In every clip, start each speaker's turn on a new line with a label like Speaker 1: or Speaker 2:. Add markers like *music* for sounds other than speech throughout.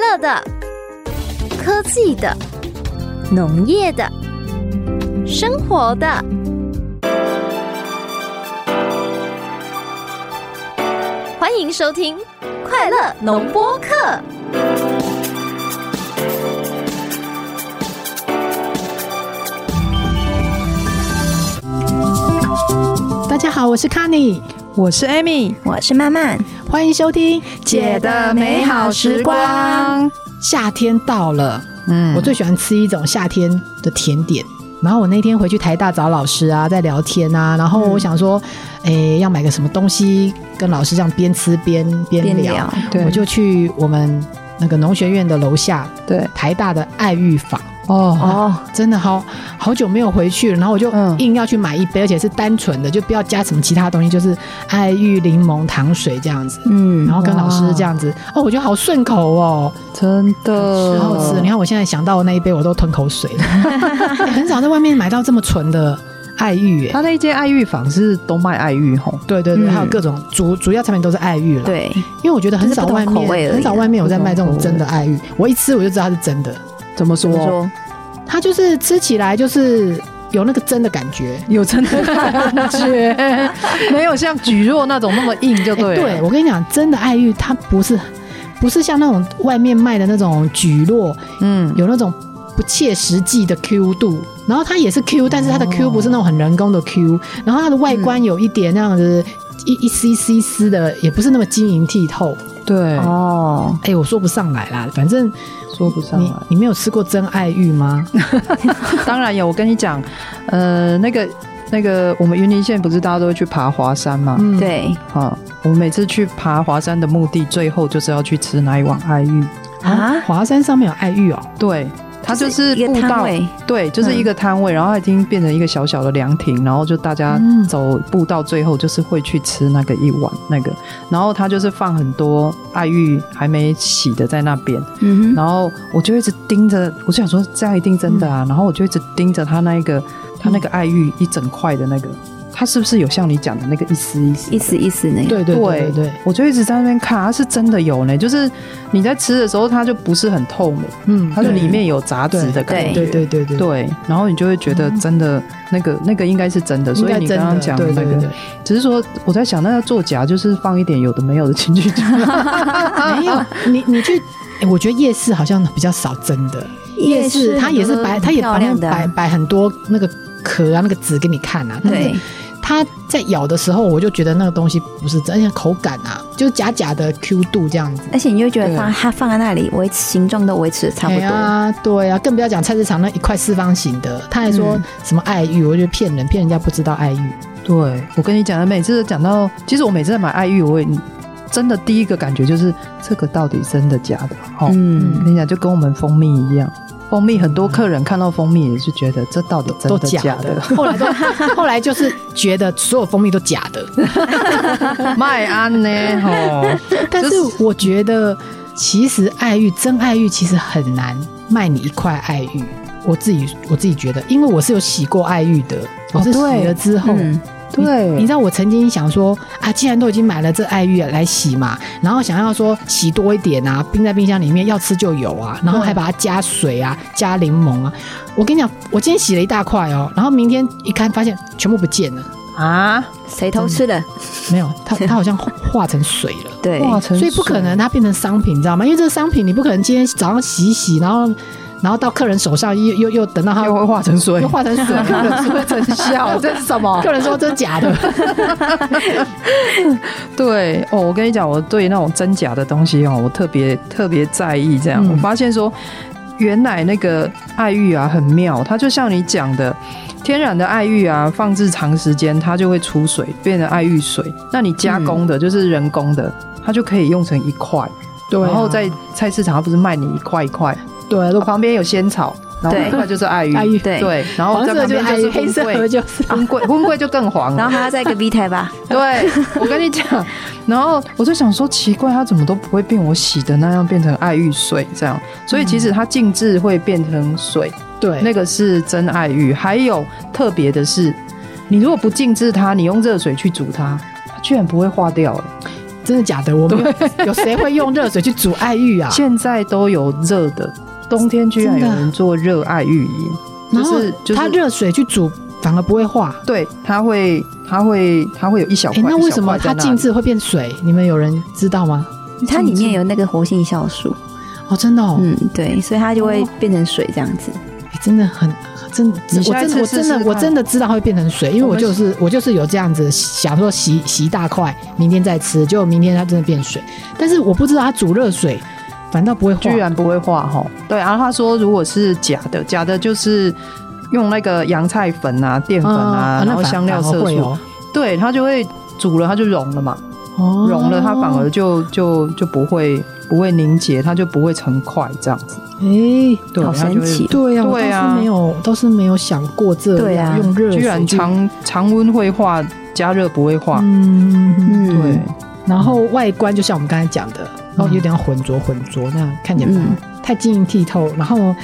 Speaker 1: 色的、科技的、农业的、生活的。欢迎收听《快乐农播课》。
Speaker 2: 大家好，我是 Kani，
Speaker 3: 我是 Amy，
Speaker 4: 我是曼曼，
Speaker 2: 欢迎收听《
Speaker 4: 姐的美好时光》。
Speaker 2: 夏天到了，
Speaker 3: 嗯
Speaker 2: 我最喜欢吃一种夏天的甜点。然后我那天回去台大找老师啊，在聊天啊，然后
Speaker 3: 嗯
Speaker 2: 我想说，诶、要买个什么东西，跟老师这样边吃边边
Speaker 4: 边
Speaker 2: 聊
Speaker 4: 聊，
Speaker 3: 对
Speaker 2: 我就去我们那个农学院的楼下，
Speaker 3: 对
Speaker 2: 台大的爱玉坊。啊
Speaker 3: 哦，
Speaker 4: 哦，
Speaker 2: 真的好好久没有回去了，然后我就
Speaker 3: 嗯
Speaker 2: 硬要去买一杯，而且是单纯的，就不要加什么其他东西，就是爱玉柠檬糖水这样子。
Speaker 4: 嗯
Speaker 2: 然后跟老师这样子，哦，我觉得好顺口哦，
Speaker 3: 真的，
Speaker 2: 好好吃。你看我现在想到那一杯，我都吞口
Speaker 3: *laughs*
Speaker 2: 水了、哎很少在外面买到这么纯的爱玉、哎，
Speaker 3: 他那一间爱玉坊是都卖爱玉吼，
Speaker 2: 对对对，
Speaker 4: 嗯
Speaker 2: 还有各种主主要产品都是爱玉了。，
Speaker 4: 对，
Speaker 2: 因为我觉得很少外
Speaker 4: 就是不同口味
Speaker 2: 面
Speaker 4: 而已啊
Speaker 2: 很少外面有在卖这种
Speaker 3: 不同口味
Speaker 2: 真的爱玉，我一吃我就知道它是真的，
Speaker 3: 怎么说？
Speaker 4: 怎么说？
Speaker 2: 它就是吃起来就是有那个真的感觉。
Speaker 3: 有真的感觉，没有像菊若那种那么硬，就
Speaker 2: 哎
Speaker 3: 对了。
Speaker 2: 我跟你讲，真的爱玉它不是不是像那种外面卖的那种菊络，
Speaker 3: 嗯，
Speaker 2: 有那种不切实际的 Q 度，然后它也是 Q，但是它的
Speaker 3: 哦
Speaker 2: Q 不是那种很人工的 Q，然后它的外观有一点那样子。一一丝一丝一丝的，也不是那么晶莹剔透。
Speaker 3: 对，
Speaker 4: 哦，
Speaker 2: 哎、我说不上来啦，反正
Speaker 3: 说不上
Speaker 2: 你
Speaker 3: 来。
Speaker 2: 你没有吃过真爱玉
Speaker 3: *laughs*
Speaker 2: 吗？
Speaker 3: 当然有，我跟你讲，呃，那个那个，我们云林县不是大家都会去爬华山嘛？
Speaker 2: 嗯，
Speaker 4: 对，
Speaker 3: 啊，我们每次去爬华山的目的，最后就是要去吃那一碗爱玉。
Speaker 2: 啊，
Speaker 4: 啊
Speaker 2: 华山上面有爱玉哦、
Speaker 3: 对，它就是
Speaker 4: 一个
Speaker 3: 步
Speaker 4: 摊
Speaker 3: 道，
Speaker 4: 位，
Speaker 3: 对，就是一个摊位，然后它已经变成一个小小的凉亭，然后就大家
Speaker 2: 嗯
Speaker 3: 走步到最后，就是会去吃那个一碗那个，然后它就是放很多爱玉还没洗的在那边，
Speaker 4: 嗯哼，
Speaker 3: 然后我就一直盯着，我就想说这样一定真的啊，然后我就一直盯着它那一个它那个爱玉一整块的那个，它是不是有像你讲的那个一丝一丝
Speaker 4: 意思意思那个，
Speaker 2: 对对对对对，
Speaker 3: 我就一直在那边看，它是真的有呢。就是你在吃的时候，它就不是很透明，
Speaker 2: 嗯，
Speaker 3: 它就里面有杂质的感觉。
Speaker 2: 对对对对，
Speaker 3: 对，然后你就会觉得真的、那个那个应该是真的，
Speaker 2: 应
Speaker 3: 所以
Speaker 2: 该
Speaker 3: 你
Speaker 2: 真
Speaker 3: 刚
Speaker 2: 的
Speaker 3: 刚讲的
Speaker 2: 对
Speaker 3: 那
Speaker 2: 对
Speaker 3: 个，
Speaker 2: 对，
Speaker 3: 只是说我在想，那要作假就是放一点有的没有的进去，
Speaker 2: *laughs* 没有，啊你你去，诶我觉得夜市好像比较少真的。夜市它也是摆，它也
Speaker 4: 漂
Speaker 2: 旁
Speaker 4: 亮
Speaker 2: 边
Speaker 4: 的
Speaker 2: 摆
Speaker 4: 啊，
Speaker 2: 摆很多那个壳啊，那个纸给你看啊。但是
Speaker 4: 对，
Speaker 2: 它在咬的时候，我就觉得那个东西不是真，而且口感啊，就是假假的 Q 度这样子。
Speaker 4: 而且你就觉
Speaker 3: 对
Speaker 4: 得放它放在那里，维形状都维持的差不
Speaker 2: 哎
Speaker 4: 多，
Speaker 2: 呀，对啊，更不要讲菜市场那一块四方形的，他还说什么爱玉，我觉得骗人，骗人家不知道爱玉。
Speaker 3: 对，我跟你讲，每次讲到，其实我每次在买爱玉，我也真的第一个感觉就是这个到底真的假的？哦，
Speaker 4: 嗯，
Speaker 3: 我跟你讲，就跟我们蜂蜜一样，蜂蜜很多客人看到蜂蜜也是觉得这到底真
Speaker 2: 都
Speaker 3: 的假
Speaker 2: 假
Speaker 3: 的？
Speaker 2: *laughs* 后来都后来就是觉得所有蜂蜜都假的，
Speaker 3: 麦安呢？哦，
Speaker 2: 但是我觉得其实爱玉真爱玉其实很难卖你一块爱玉，我自己我自己觉得，因为我是有洗过爱玉的，我是洗了之后，
Speaker 4: 嗯，
Speaker 3: 对，
Speaker 2: *laughs* 你知道我曾经想说啊，既然都已经买了这爱玉来洗嘛，然后想要说洗多一点啊，冰在冰箱里面，要吃就有啊，然后还把它加水啊，加柠檬啊。我跟你讲，我今天洗了一大块哦，然后明天一看发现全部不见了，
Speaker 3: 啊，
Speaker 4: 谁偷吃的？
Speaker 2: 没有，
Speaker 3: *laughs*
Speaker 2: 它它好像化成水了。
Speaker 4: 对，
Speaker 3: 化成
Speaker 2: 所以不可能
Speaker 3: 水
Speaker 2: 它变成商品，你知道吗？因为这个商品你不可能今天早上洗一洗，然后然后到客人手上又又又等到它
Speaker 3: 又会化成水
Speaker 2: 又，化
Speaker 3: *laughs*
Speaker 2: 成水，客人说
Speaker 3: 真笑，这是什么
Speaker 2: *laughs* 客人说这是假
Speaker 3: *laughs*
Speaker 2: 的，
Speaker 3: 对哦，我跟你讲，我对那种真假的东西哦，我特别特别在意。这样，
Speaker 2: 嗯
Speaker 3: 我发现说，原来那个爱玉啊很妙，它就像你讲的，天然的爱玉啊，放置长时间它就会出水，变成爱玉水。那你加工的，就是人工的，它就可以用成一块。
Speaker 2: 对啊
Speaker 3: 然后在菜市场，它不是卖你一块一块，
Speaker 2: 对，
Speaker 3: 我
Speaker 2: 都
Speaker 3: 旁边有仙草，然后
Speaker 4: 对
Speaker 3: 一块就是爱
Speaker 2: *laughs*
Speaker 3: 玉，
Speaker 2: 爱玉
Speaker 4: 对
Speaker 3: 嗯对，然后
Speaker 2: 黄
Speaker 3: 哦在
Speaker 2: 色
Speaker 3: 旁
Speaker 2: 就是
Speaker 3: 边
Speaker 2: 爱
Speaker 3: 就是
Speaker 2: 玉，
Speaker 3: 荤
Speaker 2: 黑色
Speaker 3: 桂， *laughs*
Speaker 2: 就是
Speaker 3: 荤桂荤桂就更黄了
Speaker 4: 然。后还要再一个 V
Speaker 2: *laughs*
Speaker 4: 台吧，
Speaker 3: 对，我跟你讲，然后我就想说，奇怪，它怎么都不会变我洗的那样变成爱玉水这样，所以其实它静置会变成水，
Speaker 2: 对，
Speaker 3: 那个是真爱玉。还有特别的
Speaker 2: 啊
Speaker 3: 是，你如果不静置它，你用热水去煮它，它居然不会化掉、欸
Speaker 2: 真的假的？我们有有谁会用热水去煮爱玉啊？
Speaker 3: 现在都有热的，冬天居然有人做热爱浴饮，
Speaker 2: 然后
Speaker 3: 就是就是
Speaker 2: 它热水去煮反而不会化。
Speaker 3: 对，它会它会它会有一小
Speaker 2: 哎、
Speaker 3: 块。
Speaker 2: 那为什么
Speaker 3: 一小
Speaker 2: 它
Speaker 3: 块在那里嗯
Speaker 2: 静置会变水？你们有人知道吗？
Speaker 4: 它里面有那个活性酵素，
Speaker 2: 哦，真的哦，
Speaker 4: 嗯，对，所以它就会变成水这样子。
Speaker 2: 哎真的很真，
Speaker 3: 你
Speaker 2: 我
Speaker 3: 下
Speaker 2: 真
Speaker 3: 一次
Speaker 2: 的我
Speaker 3: 试
Speaker 2: 真的
Speaker 3: 试看
Speaker 2: 我真的知道它会变成水，因为
Speaker 3: 我
Speaker 2: 我
Speaker 3: 们
Speaker 2: 就是我就是有这样子想说洗洗一大块，明天再吃，结果明天它真的变水，但是我不知道它煮热水反倒不会化，
Speaker 3: 居然不会化哈？对，然后他说如果是假的，假的就是用那个洋菜粉啊、淀粉啊，
Speaker 2: 嗯
Speaker 3: 然
Speaker 2: 那
Speaker 3: 后
Speaker 2: 反
Speaker 3: 香料
Speaker 2: 反而
Speaker 3: 色
Speaker 2: 会
Speaker 3: 素，
Speaker 2: 哦，
Speaker 3: 对，它就会煮了，它就溶了嘛，
Speaker 2: 哦
Speaker 3: 溶了它反而就就就不会不会凝结，它就不会成块这样子。
Speaker 2: 哎、
Speaker 3: 对，
Speaker 4: 好
Speaker 3: 它
Speaker 4: 神
Speaker 3: 就会
Speaker 4: 奇
Speaker 2: 对呀、我
Speaker 3: 对
Speaker 2: 倒
Speaker 3: 啊
Speaker 2: 是没有倒是没有想过这样，
Speaker 4: 对啊
Speaker 2: 用热水
Speaker 3: 居然
Speaker 2: 去
Speaker 3: 常常温会化，加热不会化。
Speaker 2: 嗯嗯
Speaker 4: 嗯，
Speaker 3: 对，
Speaker 2: 然后外观就像我们刚才讲的，哦，有点浑浊浑浊那样，看起来、
Speaker 4: 嗯
Speaker 2: 太晶莹剔透，然后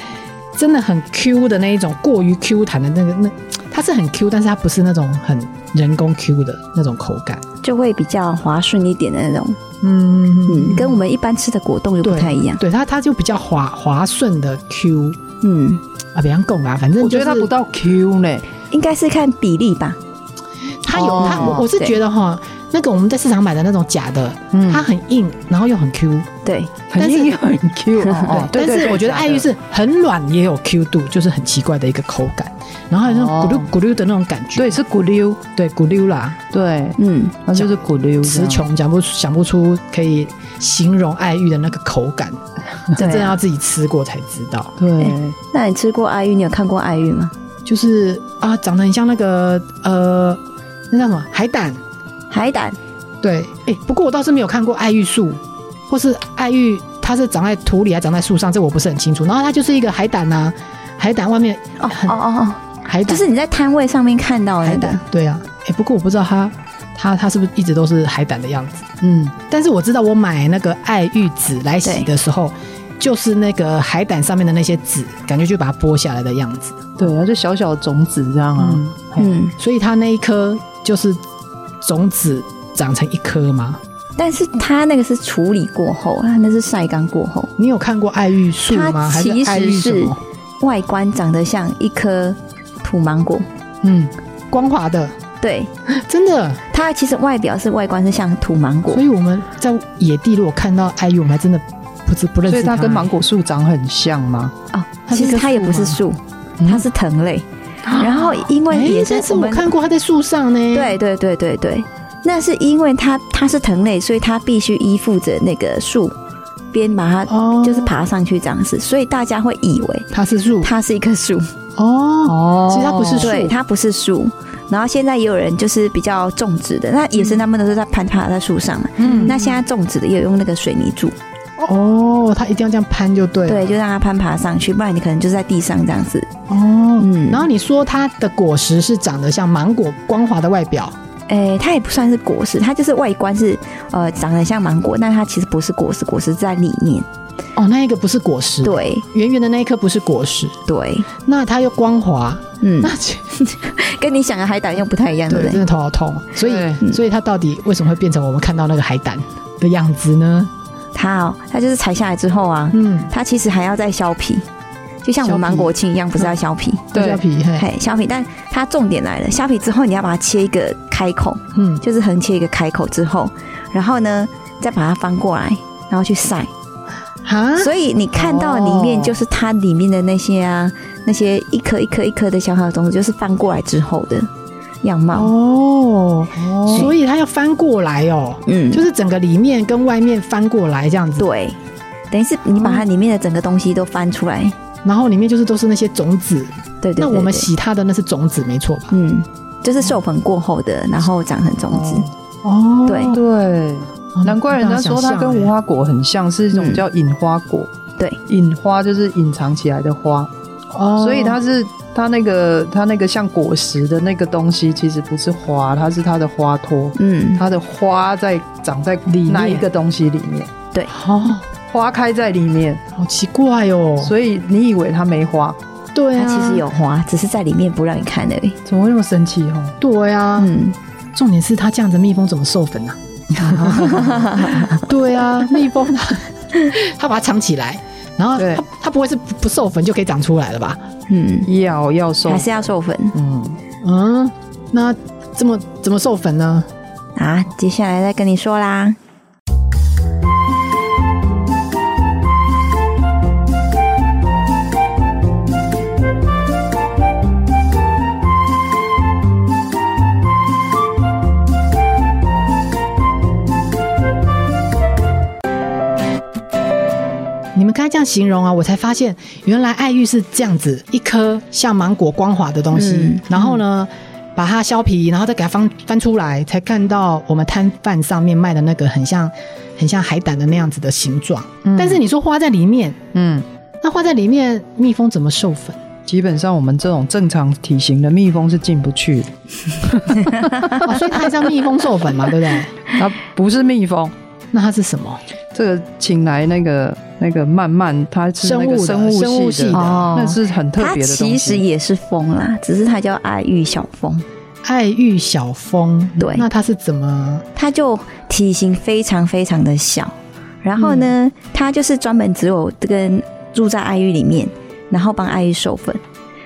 Speaker 2: 真的很 Q 的那一种，过于 Q 弹的那个那，它是很 Q，但是它不是那种很人工 Q 的那种口感。
Speaker 4: 就会比较滑顺一点的那种，
Speaker 2: 嗯
Speaker 4: 嗯，跟我们一般吃的果冻又不太一样，
Speaker 2: 对它它就比较滑滑顺的 Q
Speaker 4: 嗯，
Speaker 2: 啊，别样供啦，反正
Speaker 3: 我
Speaker 2: 就
Speaker 3: 觉
Speaker 2: 是
Speaker 3: 得它不到 Q 呢，
Speaker 4: 应该是看比例吧，
Speaker 2: 它有它，
Speaker 4: 哦
Speaker 2: 我我是觉得哈，那个我们在市场买的那种假的，
Speaker 3: 嗯
Speaker 2: 它很硬，然后又很 Q，
Speaker 4: 对，
Speaker 2: 但
Speaker 3: 很
Speaker 2: 是
Speaker 3: 硬又很
Speaker 2: *laughs*
Speaker 3: Q 哦哦。对
Speaker 2: 但
Speaker 3: 对
Speaker 2: 是
Speaker 3: 对
Speaker 2: 我觉得
Speaker 3: 假的
Speaker 2: 爱玉是很软也有 Q 度，就是很奇怪的一个口感，然后还有那种
Speaker 3: 哦
Speaker 2: 咕噜咕噜的那种感觉。
Speaker 3: 对是骨溜，
Speaker 2: 对，咕噜啦，
Speaker 3: 对，
Speaker 2: *laughs*
Speaker 4: 嗯，
Speaker 3: 它就是骨溜。
Speaker 2: 词穷，讲不出想不出可以形容爱玉的那个口感，这
Speaker 4: 对
Speaker 2: 真的
Speaker 4: 啊。
Speaker 2: 要自己吃过才知道。
Speaker 3: 对，
Speaker 4: 那你吃过爱玉？你有看过爱玉吗？
Speaker 2: 就是啊，长得很像那个呃，那叫什么海胆？
Speaker 4: 海胆，
Speaker 2: 对，哎、不过我倒是没有看过爱玉树，或是爱玉它是长在土里还长在树上，这我不是很清楚。然后它就是一个海胆呐、海胆外面
Speaker 4: 哦
Speaker 2: 很
Speaker 4: 哦哦哦，
Speaker 2: 海胆
Speaker 4: 就是你在摊位上面看到的
Speaker 2: 海
Speaker 4: 那
Speaker 2: 胆
Speaker 4: 个，，
Speaker 2: 对啊，哎、不过我不知道它它它是不是一直都是海胆的样子，
Speaker 3: 嗯，
Speaker 2: 但是我知道我买那个爱玉籽来洗
Speaker 4: 对
Speaker 2: 的时候，就是那个海胆上面的那些籽，感觉就把它剥下来的样子，
Speaker 3: 对，它就小小的种子这样啊。
Speaker 2: 嗯，
Speaker 4: 嗯，
Speaker 2: 所以它那一颗就是种子长成一颗吗？
Speaker 4: 但是它那个是处理过后，它那是晒干过后，
Speaker 2: 你有看过爱玉树吗？
Speaker 4: 它
Speaker 2: 还是
Speaker 4: 其实
Speaker 2: 爱玉什么
Speaker 4: 外观长得像一颗土芒果，
Speaker 3: 嗯，
Speaker 2: 光滑的？
Speaker 4: 对，
Speaker 2: 真的，
Speaker 4: 它其实外表是外观是像土芒果
Speaker 2: 所，以我们在野地如果看到爱玉，我们还真的不知不认
Speaker 3: 所
Speaker 2: 识
Speaker 3: 以它跟芒果树长很像吗？
Speaker 4: 哦，
Speaker 2: 它是
Speaker 4: 其
Speaker 2: 一棵
Speaker 4: 实它也
Speaker 2: 树
Speaker 4: 不是
Speaker 2: 吗
Speaker 4: 树，
Speaker 3: 嗯
Speaker 4: 它是藤类。然后因为
Speaker 2: 哎、
Speaker 4: 也
Speaker 2: 但是
Speaker 4: 我
Speaker 2: 我
Speaker 4: 们
Speaker 2: 看过它在树上呢。，
Speaker 4: 对对对对对，那是因为它它是藤类，所以它必须依附着那个树边把它
Speaker 2: 哦，
Speaker 4: 就是爬上去这样子，所以大家会以为
Speaker 2: 它是树
Speaker 4: 它是一棵树，
Speaker 2: 哦，
Speaker 3: 哦
Speaker 2: 其实它不是树
Speaker 4: 对，它不是树。然后现在也有人就是比较种植的，那
Speaker 2: 嗯
Speaker 4: 野生他们都是在攀爬在树上嘛。
Speaker 3: 嗯
Speaker 4: 那现在种植的也有用那个水泥柱，
Speaker 2: 哦，它一定要这样攀就对了。
Speaker 4: 对，就让它攀爬上去，不然你可能就在地上这样子。
Speaker 2: 哦，
Speaker 4: 嗯
Speaker 2: 然后你说它的果实是长得像芒果光滑的外表，
Speaker 4: 诶，它也不算是果实，它就是外观是呃长得像芒果，但它其实不是果实，果实在里面。
Speaker 2: 哦，那一个不是果实，，
Speaker 4: 嗯对
Speaker 2: 圆圆的那一颗不是果实，
Speaker 4: 对，
Speaker 2: 那它又光滑，
Speaker 4: 嗯，
Speaker 2: 那其
Speaker 4: 跟你想的海胆又不太一样，对嗯
Speaker 2: 对，
Speaker 4: 不
Speaker 2: 真
Speaker 4: 对？
Speaker 2: 的头好痛。所
Speaker 3: 对
Speaker 2: 以，所以它到底为什么会变成我们看到那个海胆的样子呢？
Speaker 4: 它哦，它就是采下来之后啊，
Speaker 2: 嗯，
Speaker 4: 它其实还要再削皮，就像
Speaker 2: 削
Speaker 4: 我们
Speaker 2: 皮
Speaker 4: 芒果青一样，不是要削皮？
Speaker 3: 对
Speaker 2: 削皮，嘿，
Speaker 4: 嘿，削皮，但它重点来了，削皮之后你要把它切一个开口，
Speaker 2: 嗯，
Speaker 4: 就是横切一个开口之后，然后呢再把它翻过来，然后去晒。
Speaker 2: 哈，
Speaker 4: 所以你看到里面
Speaker 3: 哦
Speaker 4: 就是它里面的那些啊，那些一颗一颗一颗的小小的种子，就是翻过来之后的样貌。
Speaker 2: 哦，
Speaker 3: 哦
Speaker 2: 所以它要翻过来哦，
Speaker 4: 嗯，
Speaker 2: 就是整个里面跟外面翻过来这样子，
Speaker 4: 对，等于是你把它里面的整个东西都翻出来。
Speaker 2: 然后里面就是都是那些种子，
Speaker 4: 对对对
Speaker 2: 那我们
Speaker 4: 对
Speaker 2: 洗它的那是种子没错吧？
Speaker 4: 嗯，就是授粉过后的，然后长成种子。
Speaker 2: 哦，
Speaker 4: 对
Speaker 3: 对，
Speaker 2: 哦
Speaker 3: 难怪人家欸说它跟无
Speaker 2: 我
Speaker 3: 花果很像，是一种
Speaker 4: 嗯
Speaker 3: 叫隐花果。
Speaker 4: 对，
Speaker 3: 隐花就是隐藏起来的花，
Speaker 2: 哦，
Speaker 3: 所以它是它那个它那个像果实的那个东西，其实不是花，它是它的花托，
Speaker 4: 嗯，
Speaker 3: 它的花在长在
Speaker 2: 里面
Speaker 3: 那一个东西里面，
Speaker 2: 哦，
Speaker 3: 花开在里面，
Speaker 2: 好奇怪哦，
Speaker 3: 所以你以为它没花，
Speaker 2: 对啊，
Speaker 4: 它其实有花，只是在里面不让你看而已。
Speaker 3: 怎么会那么神奇哦？
Speaker 2: 对啊，
Speaker 4: 嗯， *laughs*
Speaker 2: 重点是它这样子蜜蜂怎么授粉啊？对啊， *laughs* 蜜蜂它它把它藏起来，然后
Speaker 3: 对
Speaker 2: 它它不会是不不授粉就可以长出来了吧？
Speaker 4: 嗯，
Speaker 3: 要要收
Speaker 4: 还，是要授粉
Speaker 3: 嗯，
Speaker 2: 嗯，那这么怎么授粉呢？
Speaker 4: 啊。接下来再跟你说啦。
Speaker 2: 你们刚才这样形容啊，我才发现原来爱玉是这样子，一颗像芒果光滑的东西，
Speaker 4: 嗯
Speaker 2: 然后呢，把它削皮，然后再给它翻翻出来，才看到我们摊贩上面卖的那个很像很像海胆的那样子的形状。但是你说花在里面，
Speaker 3: 嗯，
Speaker 2: 那花在里面，蜜蜂怎么授粉？
Speaker 3: 基本上我们这种正常体型的蜜蜂是进不去的，
Speaker 2: 哦，所以它还叫蜜蜂授粉嘛，对不对？
Speaker 3: 它不是蜜蜂。
Speaker 2: 那它是什么？
Speaker 3: 这个请来那个那个慢慢，它是那个
Speaker 2: 生物的
Speaker 3: 生物
Speaker 2: 生物系
Speaker 3: 的，
Speaker 2: 的
Speaker 4: 哦
Speaker 3: 那是很特
Speaker 4: 它
Speaker 3: 别的东
Speaker 4: 其实
Speaker 3: 西。
Speaker 4: 也是蜂啦，只是它叫爱玉小蜂，
Speaker 2: 爱玉小蜂，
Speaker 4: 对
Speaker 2: 那它是怎么？
Speaker 4: 它就体型非常非常的小。然后呢，
Speaker 3: 嗯
Speaker 4: 它就是专门只有跟住在爱玉里面，然后帮爱玉授粉。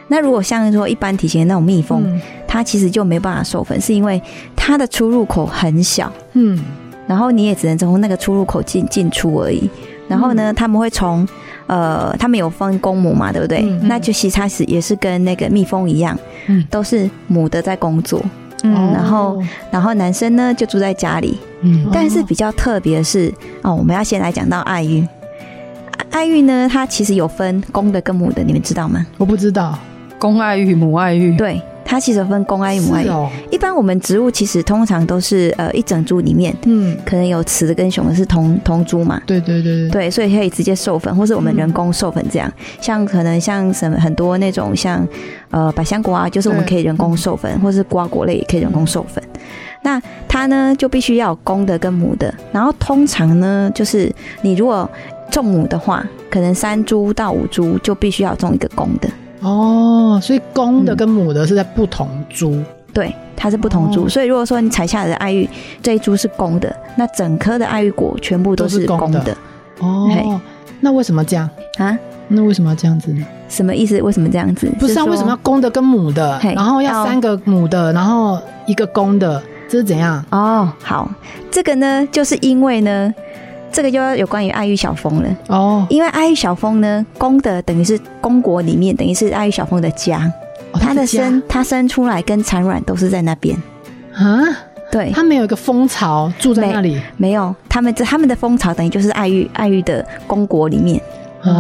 Speaker 4: 那如果像说一般体型的那种蜜蜂，
Speaker 2: 嗯
Speaker 4: 它其实就没办法授粉，是因为它的出入口很小，
Speaker 2: 嗯，
Speaker 4: 然后你也只能从那个出入口进进出而已。然后
Speaker 2: 嗯
Speaker 4: 呢，他们会从呃，他们有分公母嘛，对不对？
Speaker 2: 嗯嗯
Speaker 4: 那就其实它是也是跟那个蜜蜂一样，
Speaker 2: 嗯
Speaker 4: 都是母的在工作，
Speaker 2: 哦
Speaker 4: 然后然后男生呢就住在家里。
Speaker 3: 嗯
Speaker 4: 但是比较特别的是，哦，我们要先来讲到爱玉。爱爱玉呢，它其实有分公的跟母的，你们知道吗？
Speaker 2: 我不知道，
Speaker 3: 公爱玉、母爱玉，
Speaker 4: 对，它其实有分公爱玉、母爱
Speaker 2: 嗯
Speaker 4: 玉
Speaker 2: 是。哦，
Speaker 4: 一般我们植物其实通常都是呃一整株里面
Speaker 2: 嗯，
Speaker 4: 可能有雌的跟雄的是同同株嘛，
Speaker 2: 对对对，
Speaker 4: 对，所以可以直接授粉，或是我们人工授粉这样。
Speaker 2: 嗯
Speaker 4: 像可能像什么很多那种像呃百香果啊，就是我们
Speaker 2: 对
Speaker 4: 可以人工授粉，或是瓜果类也可以人工授粉。
Speaker 2: 嗯
Speaker 4: 那它呢就必须要有公的跟母的，然后通常呢就是你如果种母的话，可能三株到五株就必须要种一个公的，
Speaker 2: 哦，所以公的跟母的是在不同株，
Speaker 4: 对，它是不同株。
Speaker 2: 哦
Speaker 4: 所以如果说你采下来的爱玉这一株是公的，那整颗的爱玉果全部都
Speaker 2: 都是
Speaker 4: 是
Speaker 2: 公
Speaker 4: 公
Speaker 2: 的
Speaker 4: 的
Speaker 2: 哦，那为什么这样？
Speaker 4: 啊？
Speaker 2: 那为什么要这样子呢？
Speaker 4: 什么意思？为什么这样子？
Speaker 2: 不是啊，
Speaker 4: 说
Speaker 2: 为什么要公的跟母的，
Speaker 4: 嘿哦
Speaker 2: 然后要
Speaker 4: 要
Speaker 2: 三个母的，然后一个公的，这是怎样？
Speaker 4: 哦，好，这个呢，就是因为呢，这个就要有关于爱玉小蜂了。
Speaker 2: 哦，
Speaker 4: 因为爱玉小蜂呢，公的等于是公国里面，等于是爱玉小蜂的家，
Speaker 2: 哦
Speaker 4: 它的
Speaker 2: 是这
Speaker 4: 生
Speaker 2: 样
Speaker 4: 它生出来跟产卵都是在那边。
Speaker 2: 啊，
Speaker 4: 对，
Speaker 2: 它没有一个蜂巢住在
Speaker 4: 没
Speaker 2: 那里
Speaker 4: 没有，他们这他们的蜂巢等于就是爱玉爱玉的公国里面。
Speaker 2: 啊，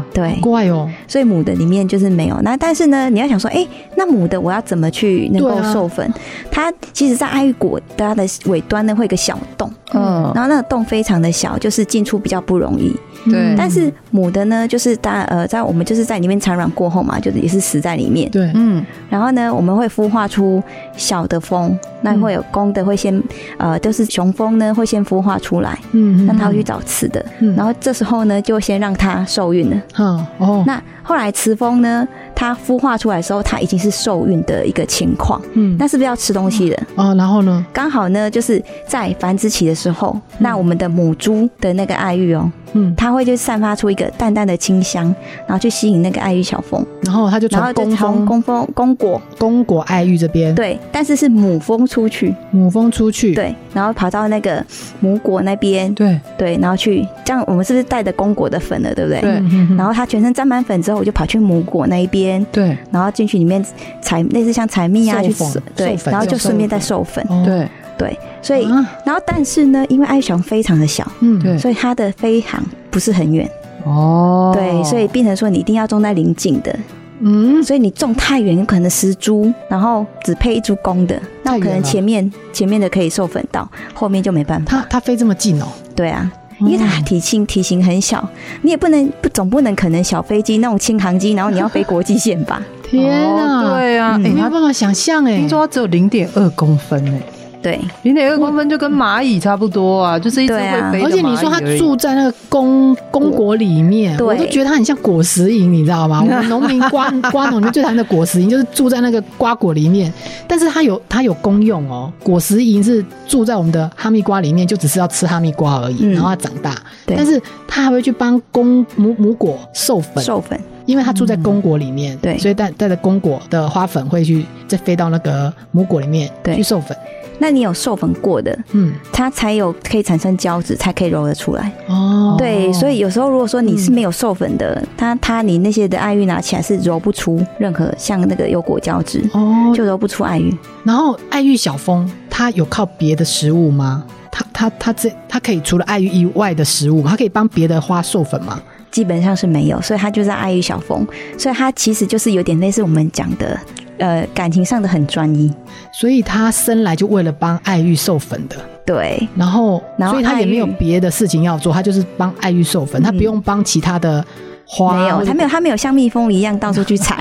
Speaker 3: 哇，
Speaker 4: 对，
Speaker 2: 怪哦，
Speaker 4: 所以母的里面就是没有。那但是呢，你要想说，哎、那母的我要怎么去能够
Speaker 2: 对啊
Speaker 4: 授粉？它其实，在爱玉果的它的尾端呢，会有一个小洞，
Speaker 2: 哦
Speaker 3: 嗯，
Speaker 4: 然后那个洞非常的小，就是进出比较不容易。
Speaker 3: 对
Speaker 2: 嗯
Speaker 4: 但是母的呢，就是大呃，在我们就是在里面产卵过后嘛，就是也是死在里面。
Speaker 2: 对，
Speaker 3: 嗯，
Speaker 4: 然后呢，我们会孵化出小的蜂，那
Speaker 2: 嗯
Speaker 4: 会有公的会先呃，就是雄蜂呢会先孵化出来，
Speaker 2: 嗯
Speaker 4: 那它会去找雌的，
Speaker 2: 嗯
Speaker 4: 然后这时候呢就先让它受孕了。
Speaker 2: 嗯哦，
Speaker 4: 那后来雌蜂呢，它孵化出来的时候，它已经是受孕的一个情况，
Speaker 2: 嗯
Speaker 4: 那是不是要吃东西了？
Speaker 2: 哦，然后呢？
Speaker 4: 刚好呢，就是在繁殖期的时候，那我们的母猪的那个爱玉哦，
Speaker 2: 嗯，
Speaker 4: 它会就散发出一个淡淡的清香，然后去吸引那个爱玉小蜂，
Speaker 2: 然后它就
Speaker 4: 然后
Speaker 2: 从
Speaker 4: 就
Speaker 2: 公
Speaker 4: 从
Speaker 2: 蜂嗯
Speaker 4: 公蜂公果
Speaker 2: 公果爱玉这边，
Speaker 4: 对，但是是母蜂出去
Speaker 2: 母蜂出去，
Speaker 4: 对，然后跑到那个母果那边
Speaker 3: 对
Speaker 4: 对，然后去这样我们是不是带着公果的粉了，对不对？
Speaker 3: 对
Speaker 2: 嗯，嗯嗯
Speaker 4: 然后它全身沾满粉之后，我就跑去母果那一边，
Speaker 3: 对
Speaker 4: 然后进去里面采类似像采蜜啊
Speaker 2: 授
Speaker 4: 去
Speaker 2: 粉
Speaker 4: 吃对
Speaker 2: 授，粉
Speaker 4: 然后
Speaker 2: 就
Speaker 4: 就顺便
Speaker 2: 授
Speaker 4: 再授粉，
Speaker 2: 哦，
Speaker 3: 对，
Speaker 4: 对，所以
Speaker 2: 啊
Speaker 4: 然后但是呢，因为爱玉小蜂非常的小，
Speaker 2: 嗯
Speaker 3: 对
Speaker 4: 所以它的飞航不是很远，
Speaker 3: 哦，
Speaker 4: 对，所以变成说你一定要种在邻近的，
Speaker 2: 嗯，
Speaker 4: 所以你种太远，有可能十株，然后只配一株公的，那
Speaker 2: 太远
Speaker 4: 可能
Speaker 2: 了
Speaker 4: 前面前面的可以授粉到，后面就没办法。
Speaker 2: 它它飞这么近哦，
Speaker 4: 对啊，因为它体型体型很小，你也不能不总不能可能小飞机那种轻航机，然后你要飞国际线
Speaker 2: *laughs*
Speaker 4: 吧？
Speaker 2: 天啊，
Speaker 3: 哦对啊
Speaker 2: 嗯
Speaker 3: 哎
Speaker 2: 没有
Speaker 3: 它
Speaker 2: 办法想象哎，
Speaker 3: 听说它只有零点二公分诶，
Speaker 4: 对，
Speaker 3: 零点二公分就跟蚂蚁差不多啊，就是一只
Speaker 4: 对啊
Speaker 3: 会飞的蚂蚁
Speaker 2: 而且你说它
Speaker 3: 已
Speaker 2: 住在那个公公国里面，
Speaker 4: 对
Speaker 2: 我都觉得它很像果实营，你知道吗？我们农民瓜瓜农里面最讨厌的果实营就是住在那个瓜果里面，但是它有它有功用哦。果实营是住在我们的哈密瓜里面，就只是要吃哈密瓜而已，
Speaker 4: 嗯
Speaker 2: 然后它长大。
Speaker 4: 对
Speaker 2: 但是它还会去帮公母母果授粉，
Speaker 4: 授粉，
Speaker 2: 因为它住在公果里面，
Speaker 4: 嗯对
Speaker 2: 所以带带着公果的花粉会去再飞到那个母果里面
Speaker 4: 对
Speaker 2: 去授粉。
Speaker 4: 那你有授粉过的，
Speaker 2: 嗯，
Speaker 4: 它才有可以产生胶质，才可以揉得出来。
Speaker 2: 哦，
Speaker 4: 对，所以有时候如果说你是没有授粉的，它它你那些的爱玉拿起来是揉不出任何像那个有果胶质，
Speaker 2: 哦，
Speaker 4: 就揉不出爱玉。
Speaker 2: 然后爱玉小蜂，它有靠别的食物吗？它它它这它可以除了爱玉以外的食物吗，它可以帮别的花授粉吗？
Speaker 4: 基本上是没有，所以它就在爱玉小蜂，所以它其实就是有点类似我们讲的，呃，感情上的很专一，
Speaker 2: 所以它生来就为了帮爱玉授粉的，
Speaker 4: 对
Speaker 2: 然后
Speaker 4: 然后
Speaker 2: 所以它也没有
Speaker 4: 爱玉
Speaker 2: 别的事情要做，它就是帮爱玉授粉，它
Speaker 4: 嗯
Speaker 2: 不用帮其他的花。啊
Speaker 4: 没有，
Speaker 2: 或者
Speaker 4: 它没有，它没有像蜜蜂一样到处
Speaker 2: *laughs*
Speaker 4: 去采，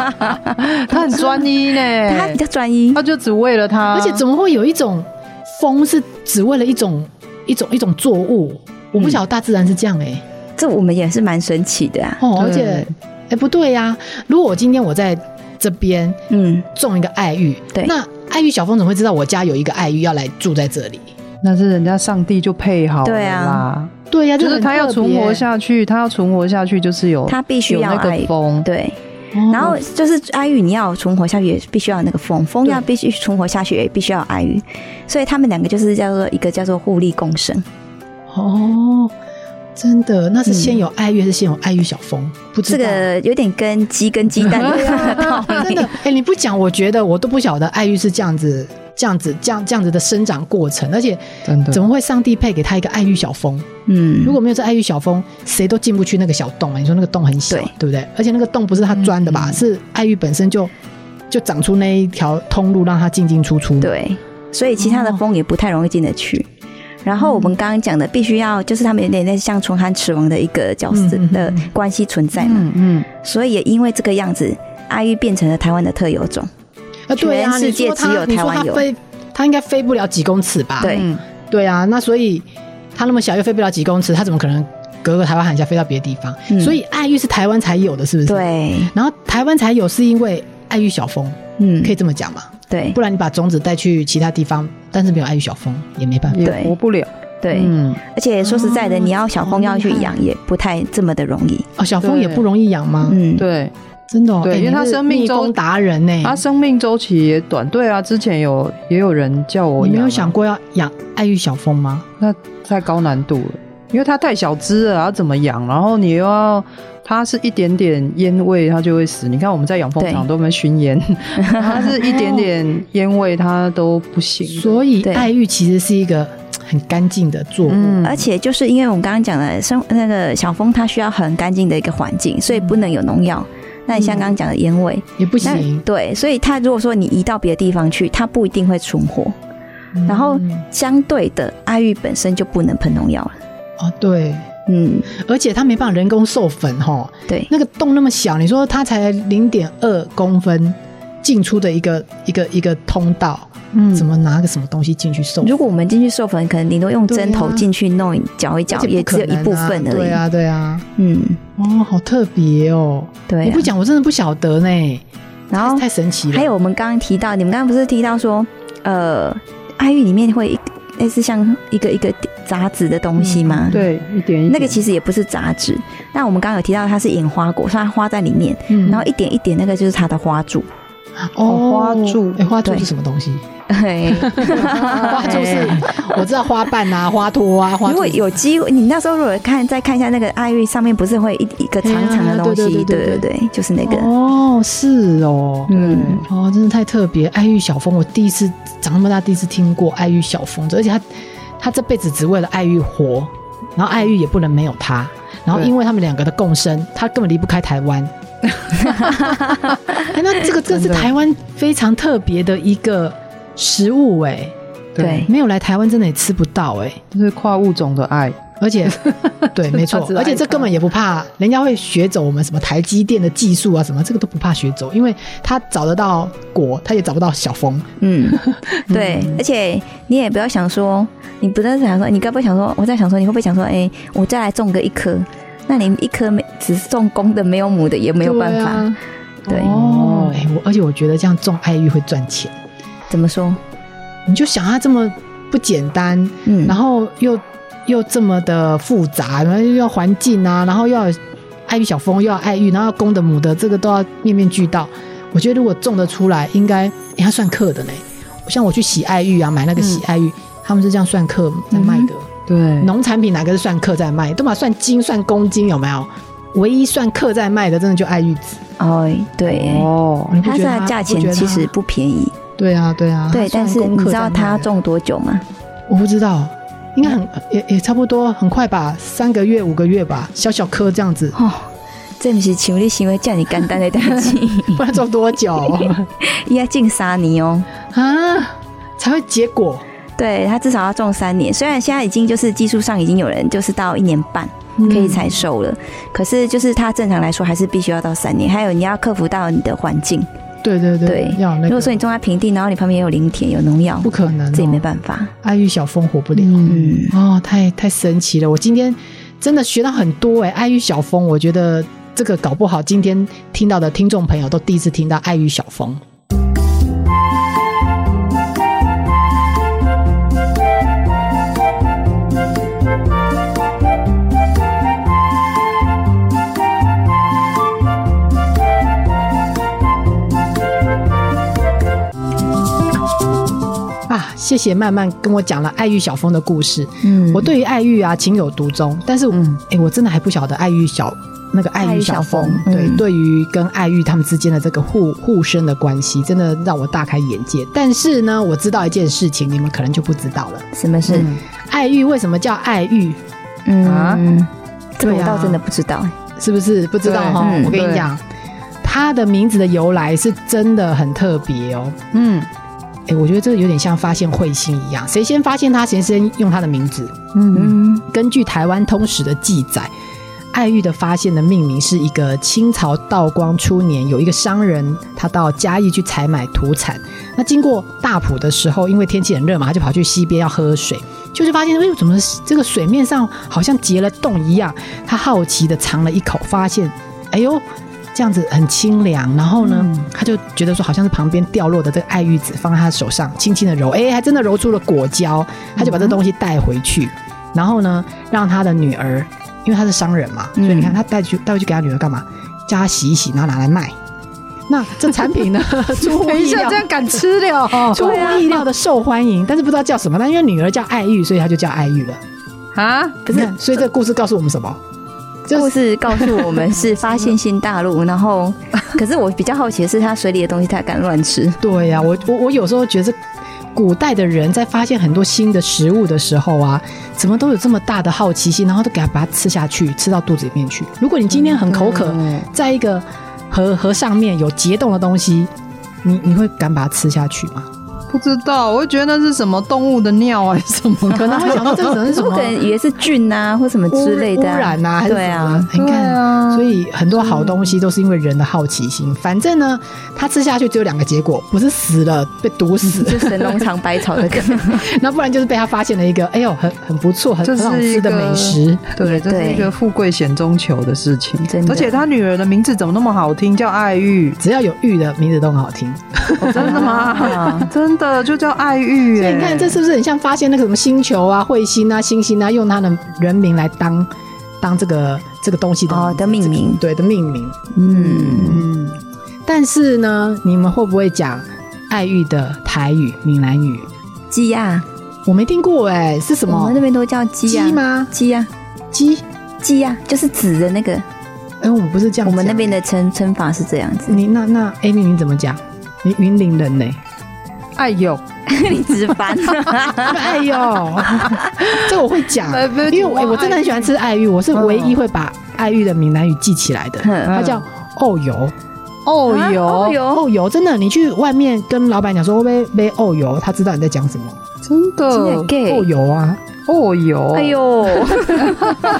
Speaker 3: 经它很专一呢，
Speaker 4: 它比较专一
Speaker 3: 它。就只为了它，
Speaker 4: 啊
Speaker 2: 而且怎么会有一种蜂是只为了一种一种一种作物？我不晓得大自然是这样哎、欸
Speaker 4: 这我们也是蛮神奇的啊，
Speaker 2: 哦，而
Speaker 3: 对
Speaker 2: 且哎、不对呀、如果我今天我在这边
Speaker 4: 嗯，
Speaker 2: 种一个爱玉，
Speaker 4: 对
Speaker 2: 那爱玉小蜂怎么会知道我家有一个爱玉要来住在这里？
Speaker 3: 那是人家上帝就配好了
Speaker 4: 对
Speaker 3: 啦
Speaker 4: 啊，
Speaker 2: 对呀、
Speaker 3: 就是它
Speaker 2: 他
Speaker 3: 要存活，下去，它要存活下去就是有
Speaker 4: 它必须
Speaker 3: 有
Speaker 4: 要
Speaker 3: 那
Speaker 4: 爱
Speaker 3: 个
Speaker 4: 玉，
Speaker 3: 风，
Speaker 4: 对。
Speaker 2: 哦
Speaker 4: 然后就是爱玉，你要存活下去，也必须要有那个风，风要必须存活下去，也必须要有爱玉，所以他们两个就是叫做一个叫做互利共生。
Speaker 2: 哦，真的，那是先有爱玉，还是先有爱玉小蜂？不知
Speaker 4: 这
Speaker 2: 道。
Speaker 4: 个有点跟鸡跟鸡蛋
Speaker 2: *laughs*
Speaker 4: 的道
Speaker 2: 真
Speaker 4: 理
Speaker 2: 的，，哎、你不讲，我觉得我都不晓得爱玉是这样子、这样子、这样这样子的生长过程，而且
Speaker 3: 真的
Speaker 2: 怎么会上帝配给他一个爱玉小蜂？
Speaker 4: 嗯，
Speaker 2: 如果没有这爱玉小蜂，谁都进不去那个小洞啊！你说那个洞很小，
Speaker 4: 对嗯
Speaker 2: 对不对？而且那个洞不是它钻的吧？是爱玉本身就就长出那一条通路，让它进进出出。，
Speaker 4: 对，所以其他
Speaker 2: 哦
Speaker 4: 的蜂也不太容易进得去。然后我们刚刚讲的，必须要就是他们有点类似像唇寒齿王的一个角色
Speaker 2: 嗯嗯嗯
Speaker 4: 的关系存在嘛，
Speaker 3: 嗯嗯，
Speaker 4: 所以也因为这个样子，爱玉变成了台湾的特有种。
Speaker 2: 啊，对啊，
Speaker 4: 全世
Speaker 2: 你
Speaker 4: 界
Speaker 2: 说
Speaker 4: 只
Speaker 2: 它，
Speaker 4: 有
Speaker 2: 你
Speaker 4: 台
Speaker 2: 说
Speaker 4: 湾
Speaker 2: 它
Speaker 4: 有
Speaker 2: 飞，它应该飞不了几公尺吧？
Speaker 4: 对
Speaker 3: 嗯
Speaker 2: 对啊，那所以它那么小又飞不了几公尺，它怎么可能隔个台湾海峡飞到别的地方？
Speaker 4: 嗯
Speaker 2: 所以爱玉是台湾才有的，是不是？。
Speaker 4: 对，
Speaker 2: 然后台湾才有，是因为爱玉小蜂，
Speaker 4: 嗯
Speaker 2: 可，以这么讲嘛？
Speaker 4: 对
Speaker 2: 不然你把种子带去其他地方，但是没有爱玉小蜂也没办法。
Speaker 3: 也
Speaker 4: 对
Speaker 3: 活不了，
Speaker 4: 对，
Speaker 3: 嗯，
Speaker 4: 而且说实在的，
Speaker 2: 哦
Speaker 4: 你要小蜂要去养也不太这么的容易。
Speaker 2: 哦，小蜂
Speaker 3: 对
Speaker 2: 也不容易养吗？
Speaker 4: 嗯，
Speaker 3: 对，
Speaker 2: 真的、哦，
Speaker 3: 对
Speaker 2: 哎
Speaker 3: 因为
Speaker 2: 你
Speaker 3: 它
Speaker 2: 是
Speaker 3: 生命
Speaker 2: 蜜
Speaker 3: 周
Speaker 2: 蜂达人呢、
Speaker 3: 它生命周期也短，对啊，之前有也有人叫我
Speaker 2: 你
Speaker 3: 养啊，
Speaker 2: 没有想过要养爱玉小蜂吗？
Speaker 3: 那太高难度了，因为它太小只了，要怎么养？然后你又要它是一点点烟味，它就会死。你看我们在养蜂场
Speaker 4: 对
Speaker 3: 都没熏
Speaker 4: *laughs*
Speaker 3: 烟，它是一点点烟味它都不行。
Speaker 2: 所以
Speaker 4: 对
Speaker 2: 爱玉其实是一个嘖很干净的作物，
Speaker 3: 嗯，
Speaker 4: 而且就是因为我们刚刚讲的生那个小蜂，它需要很干净的一个环境，所以不能有农药。那你像
Speaker 2: 嗯
Speaker 4: 刚刚讲的烟味，
Speaker 2: 也不
Speaker 4: 那
Speaker 2: 行。
Speaker 4: 对，所以它如果说你移到别的地方去，它不一定会存活。然后
Speaker 2: 嗯
Speaker 4: 相对的，爱玉本身就不能喷农药了。
Speaker 2: 哦，对，
Speaker 4: 嗯，
Speaker 2: 而且它没办法人工授粉哈，
Speaker 4: 对，
Speaker 2: 那个洞那么小，你说它才零点二公分进出的一个一个一个通道，
Speaker 3: 嗯
Speaker 2: 怎么拿个什么东西进去授粉？
Speaker 4: 如果我们进去授粉，可能顶多用
Speaker 2: 对啊
Speaker 4: 针头进去弄一搅一
Speaker 2: 而
Speaker 4: 搅，
Speaker 2: 且
Speaker 4: 也
Speaker 2: 不可
Speaker 4: 只有一
Speaker 2: 能啊
Speaker 4: 部分而
Speaker 2: 对
Speaker 4: 已。
Speaker 2: 啊，对啊，
Speaker 4: 嗯，
Speaker 2: 哦，好特别哦！
Speaker 4: 对
Speaker 2: 你
Speaker 4: 啊
Speaker 2: 不。讲我真的不晓得呢，
Speaker 4: 然后
Speaker 2: 太太神奇了。
Speaker 4: 还有我们刚刚提到，你们刚刚不是提到说，呃，爱玉里面会一类似像一个一个杂质的东西吗？
Speaker 2: 嗯
Speaker 3: 对一点一点
Speaker 4: 嗯那个其实也不是杂质，那我们刚刚有提到它是引花果，所以它花在里面，
Speaker 2: 嗯，
Speaker 4: 然后一点一点那个就是它的花柱。
Speaker 2: 哦，
Speaker 3: 花柱
Speaker 2: 哎，花柱
Speaker 4: 对啊
Speaker 2: 是什么东西？
Speaker 4: *laughs* 嘿
Speaker 2: *laughs* 花柱是
Speaker 4: 嘿
Speaker 2: 我知道花瓣啊、花托啊、花
Speaker 4: 如
Speaker 2: 柱
Speaker 4: 果。有机会，你那时候如果看再看一下那个爱玉上面不是会一一个长长的东
Speaker 2: 哎
Speaker 4: 西？
Speaker 2: 呀对
Speaker 4: 对
Speaker 2: 对对
Speaker 4: 对对，就是那个，
Speaker 2: 哦，是哦，
Speaker 4: 嗯，
Speaker 2: 哦，真的太特别。爱玉小蜂，我第一次长那么大第一次听过爱玉小蜂，而且他他这辈子只为了爱玉活，然后爱玉也不能没有他。然后
Speaker 3: 对
Speaker 2: 因为他们两个的共生，他根本离不开台
Speaker 3: *laughs*
Speaker 2: 湾。哎那这个这
Speaker 3: 真
Speaker 2: 是
Speaker 3: 的
Speaker 2: 台湾非常特别的一个食物哎、
Speaker 4: 对
Speaker 2: 没有来台湾真的也吃不到哎、
Speaker 3: 就是跨物种的爱，
Speaker 2: 而
Speaker 3: *laughs*
Speaker 2: 且对，没错
Speaker 3: 他只，爱
Speaker 2: 而且这
Speaker 3: 他
Speaker 2: 根本也不怕人家会学走我们什么台积电的技术啊，什么这个都不怕学走，因为他找得到果，他也找不到小风。
Speaker 4: 嗯，对，而且你也不要想说，你不在想说，你该不会想说，我在想说，你会不会想说，哎、我再来种个一颗？那你一颗没只是种公的，没有母的，也没有办
Speaker 2: 对
Speaker 4: 法。
Speaker 2: 啊
Speaker 4: 对
Speaker 2: 哦，哎、我而且我觉得这样种爱玉会赚钱，
Speaker 4: 怎么说？
Speaker 2: 你就想它这么不简单，
Speaker 4: 嗯，
Speaker 2: 然后又又这么的复杂，然后又要环境啊，然后又要爱玉小蜂，又要爱玉，然后要公的母的，这个都要面面俱到。我觉得如果种得出来，应该、诶它算克的呢。像我去洗爱玉啊，买那个洗爱玉，
Speaker 4: 嗯
Speaker 2: 他们是这样算克在卖的。
Speaker 3: 对，
Speaker 2: 农产品哪个是算克在卖？都把算斤、算公斤有没有？唯一算克在卖的，真的就爱玉子。
Speaker 4: 哦，对、
Speaker 3: 哦，
Speaker 2: 你不觉
Speaker 4: 它是
Speaker 2: 得
Speaker 4: 它价
Speaker 2: 不觉
Speaker 4: 钱
Speaker 2: 得
Speaker 4: 其
Speaker 2: 它
Speaker 4: 实不便宜，
Speaker 2: 对啊，对啊，
Speaker 4: 对，
Speaker 2: 它算
Speaker 4: 但是
Speaker 2: 功
Speaker 4: 你
Speaker 2: 课
Speaker 4: 知
Speaker 2: 在
Speaker 4: 道
Speaker 2: 卖
Speaker 4: 它要
Speaker 2: 的
Speaker 4: 种多久吗？，
Speaker 2: 我不知道，应该很也也差不多，很快吧，三个月五个月吧，小小颗这样子
Speaker 4: 哦，这不是情力行为叫你干单的代志，
Speaker 2: 不然种多
Speaker 4: *laughs*
Speaker 2: 久
Speaker 4: 应该进三年哦。
Speaker 2: 啊才会结果？
Speaker 4: 对，它至少要种三年，虽然现在已经就是技术上已经有人就是到一年半
Speaker 2: 嗯
Speaker 4: 可以采收了，可是就是它正常来说还是必须要到三年。还有你要克服到你的环境，
Speaker 2: 对对对，
Speaker 4: 对
Speaker 2: 要有那个。
Speaker 4: 如果说你种在平地，然后你旁边也有林田有农药
Speaker 2: 不，可能、哦，
Speaker 4: 这也没办法。
Speaker 2: 爱玉小蜂活不了。
Speaker 4: 嗯，
Speaker 2: 哦，太太神奇了！我今天真的学到很多哎、爱与小风，我觉得这个搞不好今天听到的听众朋友都第一次听到爱与小风。啊，谢谢曼曼跟我讲了爱玉小风的故事。
Speaker 4: 嗯
Speaker 2: 我对于爱玉啊情有独钟，但是嗯，哎、我真的还不晓得爱玉小那个爱玉小风，
Speaker 4: 爱玉小
Speaker 2: 对，
Speaker 4: 风嗯
Speaker 2: 对于跟爱玉他们之间的这个互互生的关系，真的让我大开眼界。但是呢，我知道一件事情，你们可能就不知道了，
Speaker 4: 什么是
Speaker 3: 嗯
Speaker 2: 爱玉为什么叫爱玉？
Speaker 3: 啊
Speaker 4: 嗯？这个
Speaker 2: 对
Speaker 4: 我
Speaker 2: 啊
Speaker 4: 倒真的不知道。
Speaker 2: 是不是不知道哈？
Speaker 4: 对嗯
Speaker 2: 我跟你讲，它的名字的由来是真的很特别哦。
Speaker 3: 嗯
Speaker 2: 哎、我觉得这个有点像发现彗星一样，谁先发现它，谁先用它的名字。
Speaker 3: 嗯
Speaker 4: 嗯
Speaker 2: 根据台湾通史的记载，爱玉的发现的命名是一个清朝道光初年，有一个商人他到嘉义去采买土产，那经过大埔的时候，因为天气很热嘛，他就跑去溪边要喝水，就是发现哎呦，怎么这个水面上好像结了冻一样？他好奇的尝了一口，发现哎呦。这样子很清凉，然后呢，他就觉得说好像是旁边掉落的这个爱玉子放在他手上，轻轻的揉，哎、还真的揉出了果胶，他就把这东西带回去。然后呢，让他的女儿，因为他是商人嘛，所以你看他带去带回去给他女儿干嘛？叫他洗一洗，然后拿来卖。那这产品呢，出乎
Speaker 3: 等一
Speaker 2: 意
Speaker 3: 下，
Speaker 2: 料
Speaker 3: 这，样敢吃了哦
Speaker 2: 出乎意料的受欢迎，但是不知道叫什么。但因为女儿叫爱玉，所以他就叫爱玉了。
Speaker 3: *laughs* 啊？
Speaker 2: 可是，所以这个故事告诉我们什么？就是
Speaker 4: 故事告诉我们是发现新
Speaker 2: *laughs*
Speaker 4: 大陆，然后，可是我比较好奇的是，它水里的东西它敢
Speaker 2: *laughs*
Speaker 4: 乱吃，
Speaker 2: 对呀、我我我有时候觉得，古代的人在发现很多新的食物的时候啊，怎么都有这么大的好奇心，然后都给它把它吃下去，吃到肚子里面去。如果你今天很口渴，嗯在一个河河上面有结冻的东西，你你会敢把它吃下去吗？
Speaker 3: 不知道，我会觉得那是什么动物的尿啊，还是什
Speaker 2: *laughs*
Speaker 3: 么？
Speaker 2: 可能会想到这可能是什
Speaker 4: 我
Speaker 2: 么
Speaker 4: 可能以为是菌啊或什么
Speaker 2: 污
Speaker 4: 之类的、
Speaker 2: 污染啊，还是
Speaker 4: 对
Speaker 2: 什
Speaker 4: 啊
Speaker 2: 么，？你看
Speaker 3: 对。啊
Speaker 2: 所以很多好东西都是因为人的好奇心。反正呢，它吃下去只有两个结果，不是死了被毒死，
Speaker 3: *laughs*
Speaker 4: *laughs* 就神农尝百草的梗，
Speaker 2: 那不然就是被他发现了一个，哎呦，很很不错，很
Speaker 3: 这
Speaker 2: 很
Speaker 3: 是
Speaker 2: 好吃的
Speaker 3: 一个
Speaker 2: 美食。
Speaker 3: 对，这是
Speaker 4: 对
Speaker 3: 一个富贵险中求的事情
Speaker 4: 真。的
Speaker 3: 而且他女儿的名字怎么那么好听？叫爱玉，
Speaker 2: 只要有玉的名字都很好听，
Speaker 3: 真的吗
Speaker 4: 啊？
Speaker 3: *laughs* 真的就叫爱玉
Speaker 2: 所以
Speaker 3: 耶。
Speaker 2: 你看这是不是很像发现那个什么星球啊、彗星啊、星星啊，用它的人名来当当这个这个东西的
Speaker 4: 哦
Speaker 2: 字
Speaker 4: 的命名
Speaker 2: 对的命名。
Speaker 4: *laughs* 嗯，
Speaker 3: 嗯，
Speaker 2: 但是呢，你们会不会讲爱玉的台语、闽南语？
Speaker 4: 鸡啊，
Speaker 2: 我没听过哎、是什
Speaker 4: 我
Speaker 2: 么
Speaker 4: 们那边都叫鸡啊
Speaker 2: 鸡，吗？
Speaker 4: 鸡啊，
Speaker 2: 鸡？
Speaker 4: 鸡啊，就是指的那个，
Speaker 2: 哎、我们不是这样讲，
Speaker 4: 我们那边的称称法是这样子，
Speaker 2: 你那那 Amy 你怎么讲？你云林人呢、
Speaker 3: 哎呦，
Speaker 4: *laughs* 你直翻，啊
Speaker 2: 哎呦， *laughs* 这个我会讲
Speaker 3: 来不，及
Speaker 2: 因为我、
Speaker 3: 我
Speaker 2: 我真的很喜欢吃爱玉，我是唯一会把爱玉的闽南语记起来的。
Speaker 4: 哼
Speaker 2: 它叫哦油，
Speaker 3: 哦
Speaker 4: 啊 *laughs* 哦
Speaker 3: 呦，
Speaker 4: 哟，
Speaker 2: 哦油，真的，你去外面跟老板讲说会不会杯哦油，他知道你在讲什么。
Speaker 3: 真
Speaker 4: 真的
Speaker 3: 的
Speaker 4: gay，
Speaker 2: 哦油啊， *laughs*
Speaker 3: 哦哟，
Speaker 4: 哎呦，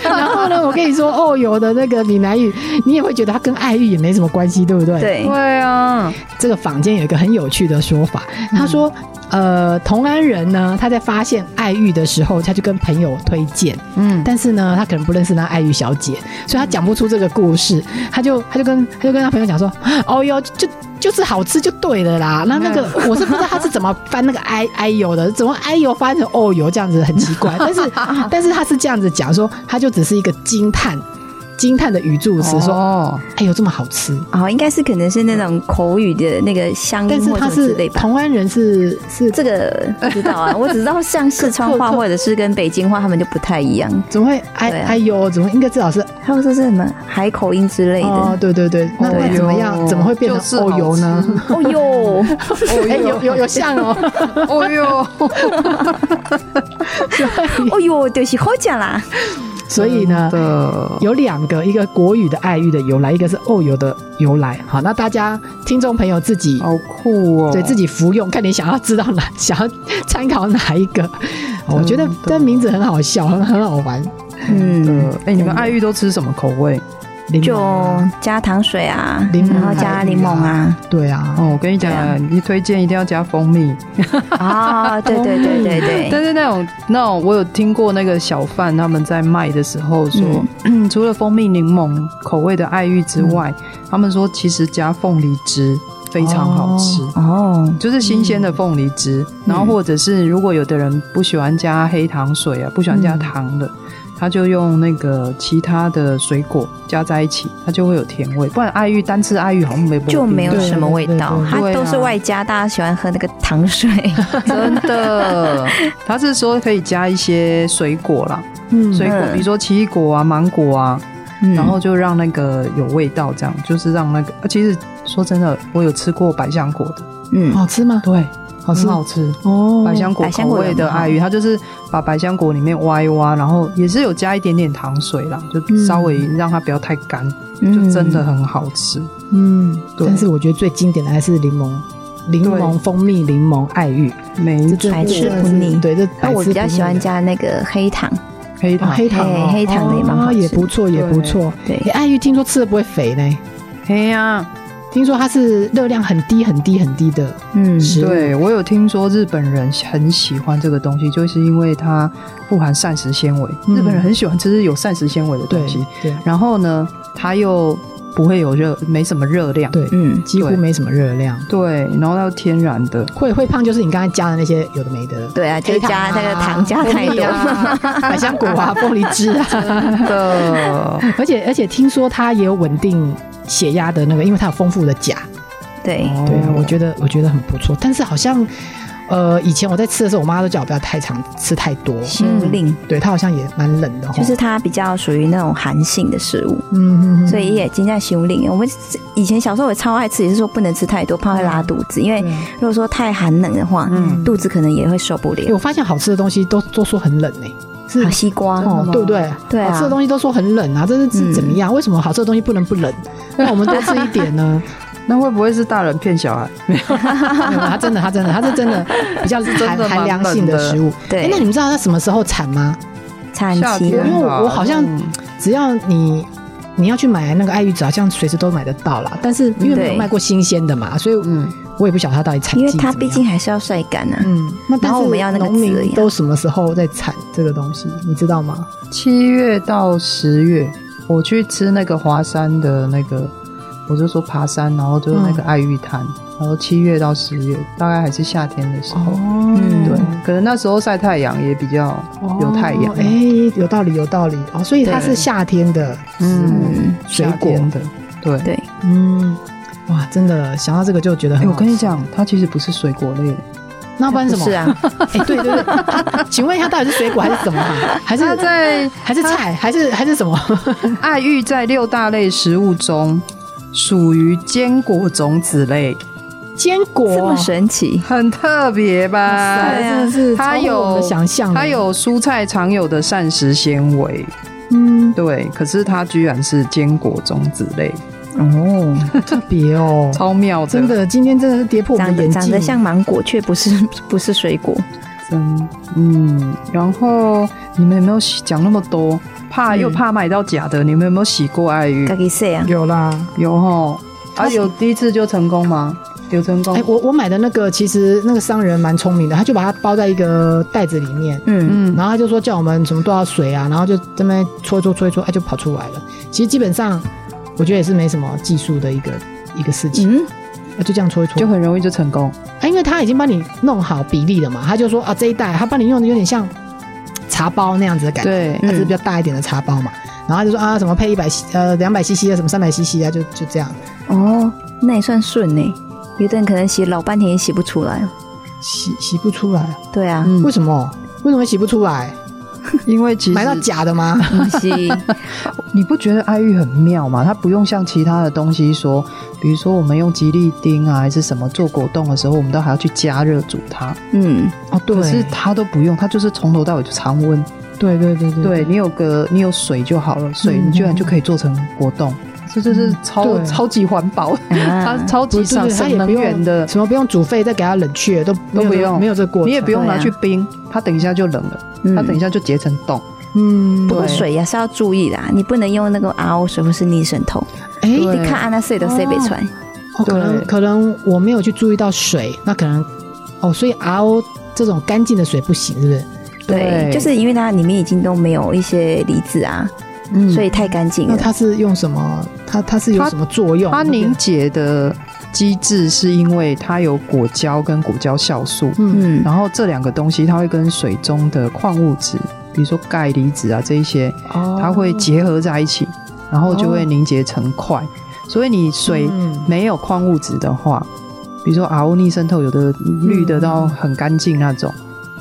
Speaker 2: 然后呢，我跟你说，哦有的那个闽南语，你也会觉得它跟爱玉也没什么关系，对不对？。
Speaker 4: 对，
Speaker 3: 对啊，
Speaker 2: 这个坊间有一个很有趣的说法，
Speaker 4: 嗯
Speaker 2: 他说，呃，同安人呢，他在发现爱玉的时候，他就跟朋友推荐，
Speaker 3: 嗯，
Speaker 2: 但是呢，他可能不认识那爱玉小姐，所以他讲不出这个故事，他就他就跟他就跟他朋友讲说，哦哟，就就是好吃就对了啦。那那个
Speaker 4: 嗯
Speaker 2: 我是不知道他是怎么翻那个
Speaker 4: *laughs*
Speaker 2: 哎哎呦的，怎么哎呦翻成哦呦这样子很奇怪，但是但是他是这样子讲说，他就只是一个惊叹惊叹的语助词说，
Speaker 3: 哦，
Speaker 2: 哎呦这么好吃，
Speaker 4: 哦，应该是可能是那种口语的那个乡
Speaker 2: 但
Speaker 4: 音
Speaker 2: 是
Speaker 4: 嗯或
Speaker 2: 他
Speaker 4: 者之
Speaker 2: 是
Speaker 4: 类吧。
Speaker 2: 同安人是是
Speaker 4: 这个不知道
Speaker 2: *laughs*
Speaker 4: 啊，我只知道像四川话或者是跟北京话，他们就不太一样。
Speaker 2: 怎么会哎
Speaker 4: 对啊
Speaker 2: 哎呦，怎么应该至少是
Speaker 4: 他们说是什么海口音之类的。
Speaker 2: 哦对对对，那
Speaker 4: 对啊
Speaker 2: 那怎么
Speaker 3: 哦
Speaker 2: 样怎么会变
Speaker 3: 就是
Speaker 2: 成哦呦呢？
Speaker 4: *laughs* 哦哟，
Speaker 3: *laughs* 哦
Speaker 2: 哎有
Speaker 3: 哟，
Speaker 2: 有有像哦。
Speaker 3: *laughs*
Speaker 2: *laughs*
Speaker 3: 哦哟，
Speaker 4: 哦哟，就是好讲啦。
Speaker 2: 所以
Speaker 4: 嗯
Speaker 2: 呢，
Speaker 3: 的，
Speaker 2: 有两个，一个国语的爱玉的由来，一个是哦油的由来。好，那大家听众朋友自己、
Speaker 3: 好酷哦，
Speaker 2: 对自己服用，看你想要知道哪， *laughs* 想要参考哪一个。哦我觉得
Speaker 3: 真的
Speaker 2: 这名字很好笑，很很好玩。
Speaker 4: 嗯，
Speaker 3: 的，哎，你们爱玉都吃什么口味？
Speaker 2: 柠檬
Speaker 4: 就
Speaker 2: 啊
Speaker 4: 加糖水啊，
Speaker 2: 柠檬
Speaker 4: 然后加柠檬啊。
Speaker 2: 对啊，
Speaker 3: 哦，我跟你
Speaker 4: 对啊
Speaker 3: 讲，你推荐一定要加蜂蜜，
Speaker 4: 啊，对对对对对
Speaker 3: 但是那种那种，我有听过那个小贩他们在卖的时候说，嗯除了蜂蜜柠檬口味的爱玉之外，他们说其实加凤梨汁非常好吃。
Speaker 4: 哦，
Speaker 3: 就是新鲜的凤梨汁，
Speaker 4: 嗯
Speaker 3: 然后或者是如果有的人不喜欢加黑糖水啊，不喜欢加糖的，
Speaker 4: 嗯
Speaker 3: 他就用那个其他的水果加在一起，它就会有甜味。不然爱玉单吃爱玉好像没
Speaker 4: 就没有
Speaker 2: 对
Speaker 4: 什么味道，
Speaker 2: 对对
Speaker 4: 它
Speaker 3: 对
Speaker 4: 都是外加大家喜欢喝那个糖水。
Speaker 3: 真的， *laughs* 他是说可以加一些水果啦，
Speaker 2: 嗯，
Speaker 3: 水果
Speaker 4: 嗯
Speaker 3: 比如说奇异果啊、芒果啊，
Speaker 4: 嗯
Speaker 3: 然后就让那个有味道，这样就是让那个。呃其实说真的，我有吃过百香果的，
Speaker 4: 嗯，
Speaker 2: 好吃吗？
Speaker 3: 对，
Speaker 2: 好吃
Speaker 3: 很好吃。
Speaker 2: 哦，
Speaker 3: 百香果
Speaker 4: 百香
Speaker 3: 口
Speaker 4: 果
Speaker 3: 味
Speaker 4: 有
Speaker 3: 的
Speaker 4: 吗
Speaker 3: 爱玉，它就是把百香果里面挖一挖，然后也是有加一点点糖水啦，
Speaker 2: 嗯
Speaker 3: 就稍微让它不要太干，就真的很好吃。
Speaker 2: 嗯，
Speaker 3: 对
Speaker 2: 但是我觉得最经典的还是柠檬，柠檬
Speaker 3: 对
Speaker 2: 蜂蜜柠檬爱玉，
Speaker 3: 没
Speaker 2: 这真的
Speaker 4: 百吃
Speaker 2: 真的
Speaker 4: 不
Speaker 2: 是
Speaker 4: 腻
Speaker 2: 对，这百
Speaker 4: 那我
Speaker 2: 吃
Speaker 4: 比较
Speaker 2: 不腻
Speaker 4: 喜欢
Speaker 2: 的
Speaker 4: 加那个黑糖，
Speaker 3: 黑
Speaker 2: 哦
Speaker 3: 糖
Speaker 2: 黑糖哦，
Speaker 4: 嘿黑糖的也蛮好
Speaker 2: 哦
Speaker 4: 吃的
Speaker 2: 也不错，也不错。
Speaker 4: 对
Speaker 2: 哎，，爱玉听说吃了不会肥呢，
Speaker 3: 黑呀，
Speaker 2: 听说它是热量很低很低很低的
Speaker 4: 嗯，
Speaker 2: 食物。
Speaker 3: 对我有听说日本人很喜欢这个东西，就是因为它富含膳食纤维，
Speaker 2: 嗯
Speaker 3: 日本人很喜欢吃有膳食纤维的
Speaker 2: 对
Speaker 3: 东西。
Speaker 2: 对
Speaker 3: 然后呢，它又不会有热，没什么热量。
Speaker 2: 对，
Speaker 4: 嗯，
Speaker 2: 几乎
Speaker 3: 对
Speaker 2: 没什么热量。
Speaker 3: 对，然后它又天然
Speaker 2: *laughs*
Speaker 3: 的，
Speaker 2: 会会胖就是你刚才加的那些有的没的，
Speaker 4: 对啊，就
Speaker 2: 黑糖
Speaker 4: 加
Speaker 2: 啊
Speaker 4: 那个糖加太
Speaker 2: 蜂蜜
Speaker 4: 多。
Speaker 2: 啊百香果啊，凤梨汁
Speaker 4: *laughs*
Speaker 2: 啊。 *laughs*
Speaker 3: 的哦
Speaker 2: 而且而且听说它也有稳定血压的那个，因为它有丰富的钾。
Speaker 4: 对，
Speaker 2: 对啊，我
Speaker 3: 得
Speaker 2: 觉得我觉得很不错，但是好像。呃，以前我在吃的时候，我妈都叫我不要太常吃太多，
Speaker 4: 心令
Speaker 2: 对它好像也蛮冷的哦，
Speaker 4: 就是它比较属于那种寒性的食物，
Speaker 2: 嗯嗯嗯，
Speaker 4: 所以也经在修令。我们以前小时候也超爱吃，也是说不能吃太多，怕会拉肚子。因为
Speaker 2: 对
Speaker 4: 如果说太寒冷的话，
Speaker 3: 嗯
Speaker 4: 肚子可能也会受不
Speaker 2: 欸
Speaker 4: 了。
Speaker 2: 我发现好吃的东西都都说很冷呢、是
Speaker 4: 啊，西瓜，
Speaker 2: 哦，对不对？
Speaker 4: 对啊
Speaker 2: 好吃的东西都说很冷啊，这是是怎么样？为什么好吃的东西不能不冷？那我们多吃一点呢？
Speaker 3: 那会不会是大人骗小孩？
Speaker 2: 没有啦它真的，它真的，它是真的比较
Speaker 3: 真
Speaker 2: 含
Speaker 3: 的蛮
Speaker 2: 含凉性的食物。
Speaker 4: 对啊
Speaker 2: 欸那你们知道它什么时候产吗？
Speaker 4: 产
Speaker 3: 夏
Speaker 4: 期
Speaker 3: 天
Speaker 2: 因为
Speaker 3: 吧
Speaker 2: 我好像
Speaker 3: 嗯
Speaker 2: 只要你。你要去买那个爱玉子，好像随时都买得到啦。但是因为没有
Speaker 4: 对
Speaker 2: 卖过新鲜的嘛，所以
Speaker 3: 嗯，
Speaker 2: 我也不晓得它到底产季
Speaker 4: 因为
Speaker 2: 怎么
Speaker 4: 它
Speaker 2: 样
Speaker 4: 毕竟还是要晒干啊。
Speaker 2: 嗯，那但
Speaker 4: 然后
Speaker 2: 是
Speaker 4: 我们要那个
Speaker 2: 农
Speaker 4: 籽
Speaker 2: 民
Speaker 4: 呀
Speaker 2: 都什么时候在产这个东西，你知道吗？
Speaker 3: 七月到十月，我去吃那个华山的那个，我就说爬山，然后就是那个爱玉滩，然后七月到十月，大概还是夏天的时候。
Speaker 4: 嗯
Speaker 3: 对，可能那时候晒太阳也比较有太阳
Speaker 2: 哦，哎、有道理，有道理哦。所以它是
Speaker 3: 对
Speaker 2: 夏天的食物，
Speaker 3: 嗯，
Speaker 4: 嗯，
Speaker 2: 水
Speaker 3: 夏
Speaker 2: 果
Speaker 3: 天的。对，
Speaker 4: 对，
Speaker 2: 嗯，哇，真的想到这个就觉得
Speaker 3: 哎，
Speaker 2: 很
Speaker 3: 我
Speaker 2: 好吃、
Speaker 3: 跟你讲，它其实不是水果类的，
Speaker 2: 那不然
Speaker 4: 不
Speaker 2: 是什么？
Speaker 4: 是啊，
Speaker 2: *laughs* 哎、对对对，它请问一下，到底是水果还是什么啊、还是
Speaker 3: 它在
Speaker 2: 还是菜，还是还是什么？
Speaker 3: 爱玉在六大类食物中属于坚果种子类，
Speaker 2: 坚果啊
Speaker 4: 这么神奇，
Speaker 3: 很特别吧？
Speaker 4: 对啊
Speaker 2: 真的是
Speaker 3: 它
Speaker 2: 超乎我们
Speaker 3: 有
Speaker 2: 的想象，
Speaker 3: 它，有蔬菜常有的膳食纤维，
Speaker 2: 嗯，
Speaker 3: 对，可是它居然是坚果种子类，
Speaker 2: 哦，特别哦，
Speaker 3: 超妙的，
Speaker 2: 真的，今天真的是跌破我
Speaker 4: 长
Speaker 2: 们的
Speaker 4: 得
Speaker 2: 眼
Speaker 4: 长
Speaker 2: 镜
Speaker 4: *laughs* 得，像芒果，却不是不是水果。生。
Speaker 3: 嗯，然后你们有没有洗讲那么多？怕又怕买到假的，你们有没有洗过爱玉
Speaker 2: 嗯
Speaker 4: 该？给谁啊？
Speaker 2: 有啦，
Speaker 3: 有哈，
Speaker 2: 他
Speaker 3: 啊有第一次就成功吗？有成功
Speaker 2: 哎、？我我买的那个其实那个商人蛮聪明的，他就把它包在一个袋子里面，
Speaker 4: 嗯，
Speaker 3: 嗯，
Speaker 2: 然后他就说叫我们什么多少水啊，然后就这么搓一搓搓一搓，哎、就跑出来了。其实基本上我觉得也是没什么技术的一个一个事情，
Speaker 4: 嗯，
Speaker 2: 哎就这样搓一搓
Speaker 3: 就。很容易就成功。
Speaker 2: 啊，因为他已经帮你弄好比例了嘛，他就说啊这一袋他帮你用的有点像茶包那样子的感觉，
Speaker 3: 对，
Speaker 2: 它只是比较大一点的茶包嘛。然后他就说啊什么配一百呃两百 CC 啊，什么三百 CC 啊，就就这样
Speaker 4: 哦，那也算顺呢。有的人可能洗老半天也洗不出来。
Speaker 2: 洗洗不出来，
Speaker 4: 对啊，
Speaker 3: 嗯
Speaker 2: 为什么？为什么洗不出来？
Speaker 3: 因为其实
Speaker 2: 买到假的
Speaker 3: *laughs*
Speaker 2: 吗？
Speaker 4: 不是，
Speaker 3: 你不觉得爱玉很妙吗？它不用像其他的东西说，比如说我们用吉利丁啊，还是什么做果冻的时候，我们都还要去加热煮它。
Speaker 2: *laughs*
Speaker 4: 嗯，
Speaker 2: 哦，对
Speaker 3: 可是它都不用，它就是从头到尾就常温。
Speaker 2: 对对对对
Speaker 3: 对你有个你有水就好了，水你居然就可以做成果冻，这就是超、
Speaker 2: 对
Speaker 3: 超级环保，它
Speaker 4: 啊，
Speaker 3: 超级
Speaker 2: 不是
Speaker 3: 省
Speaker 2: 它
Speaker 3: 省
Speaker 2: 也
Speaker 3: 能
Speaker 2: 不
Speaker 3: 源
Speaker 2: 用
Speaker 3: 的，
Speaker 2: 什么不用煮沸，再给它冷却都没有
Speaker 3: 都不
Speaker 2: 这
Speaker 3: 用
Speaker 2: 没有这个过程，
Speaker 3: 你也不用拿
Speaker 4: 对啊
Speaker 3: 去冰，它等一下就冷了，
Speaker 4: 嗯
Speaker 3: 它等一下就结成冻。
Speaker 2: 嗯，
Speaker 4: 不过
Speaker 3: 对
Speaker 4: 水也是要注意的啊，你不能用那个 RO 水或是逆渗透。
Speaker 2: 哎、
Speaker 3: 对
Speaker 4: 你看安娜水都塞不出来，
Speaker 2: 哦，可
Speaker 3: 对
Speaker 2: 能可能我没有去注意到水，那可能哦，所以 RO 这种干净的水不行，是不是？
Speaker 4: 对，就是因为它里面已经都没有一些离子啊，
Speaker 2: 嗯
Speaker 4: 所以太干净
Speaker 2: 那
Speaker 4: 了。
Speaker 2: 它是用什么？它它是有什么作用？对
Speaker 3: 它
Speaker 2: 不对
Speaker 3: 凝结的机制是因为它有果胶跟果胶酵素，
Speaker 2: 嗯
Speaker 4: 嗯，
Speaker 3: 然后这两个东西它会跟水中的矿物质，比如说钙离子啊这一些，
Speaker 2: 哦
Speaker 3: 它会结合在一起，然后就会凝结成块。所以你水
Speaker 2: 嗯
Speaker 3: 没有矿物质的话，比如说 RO 逆渗透，有的绿的到很干净那种，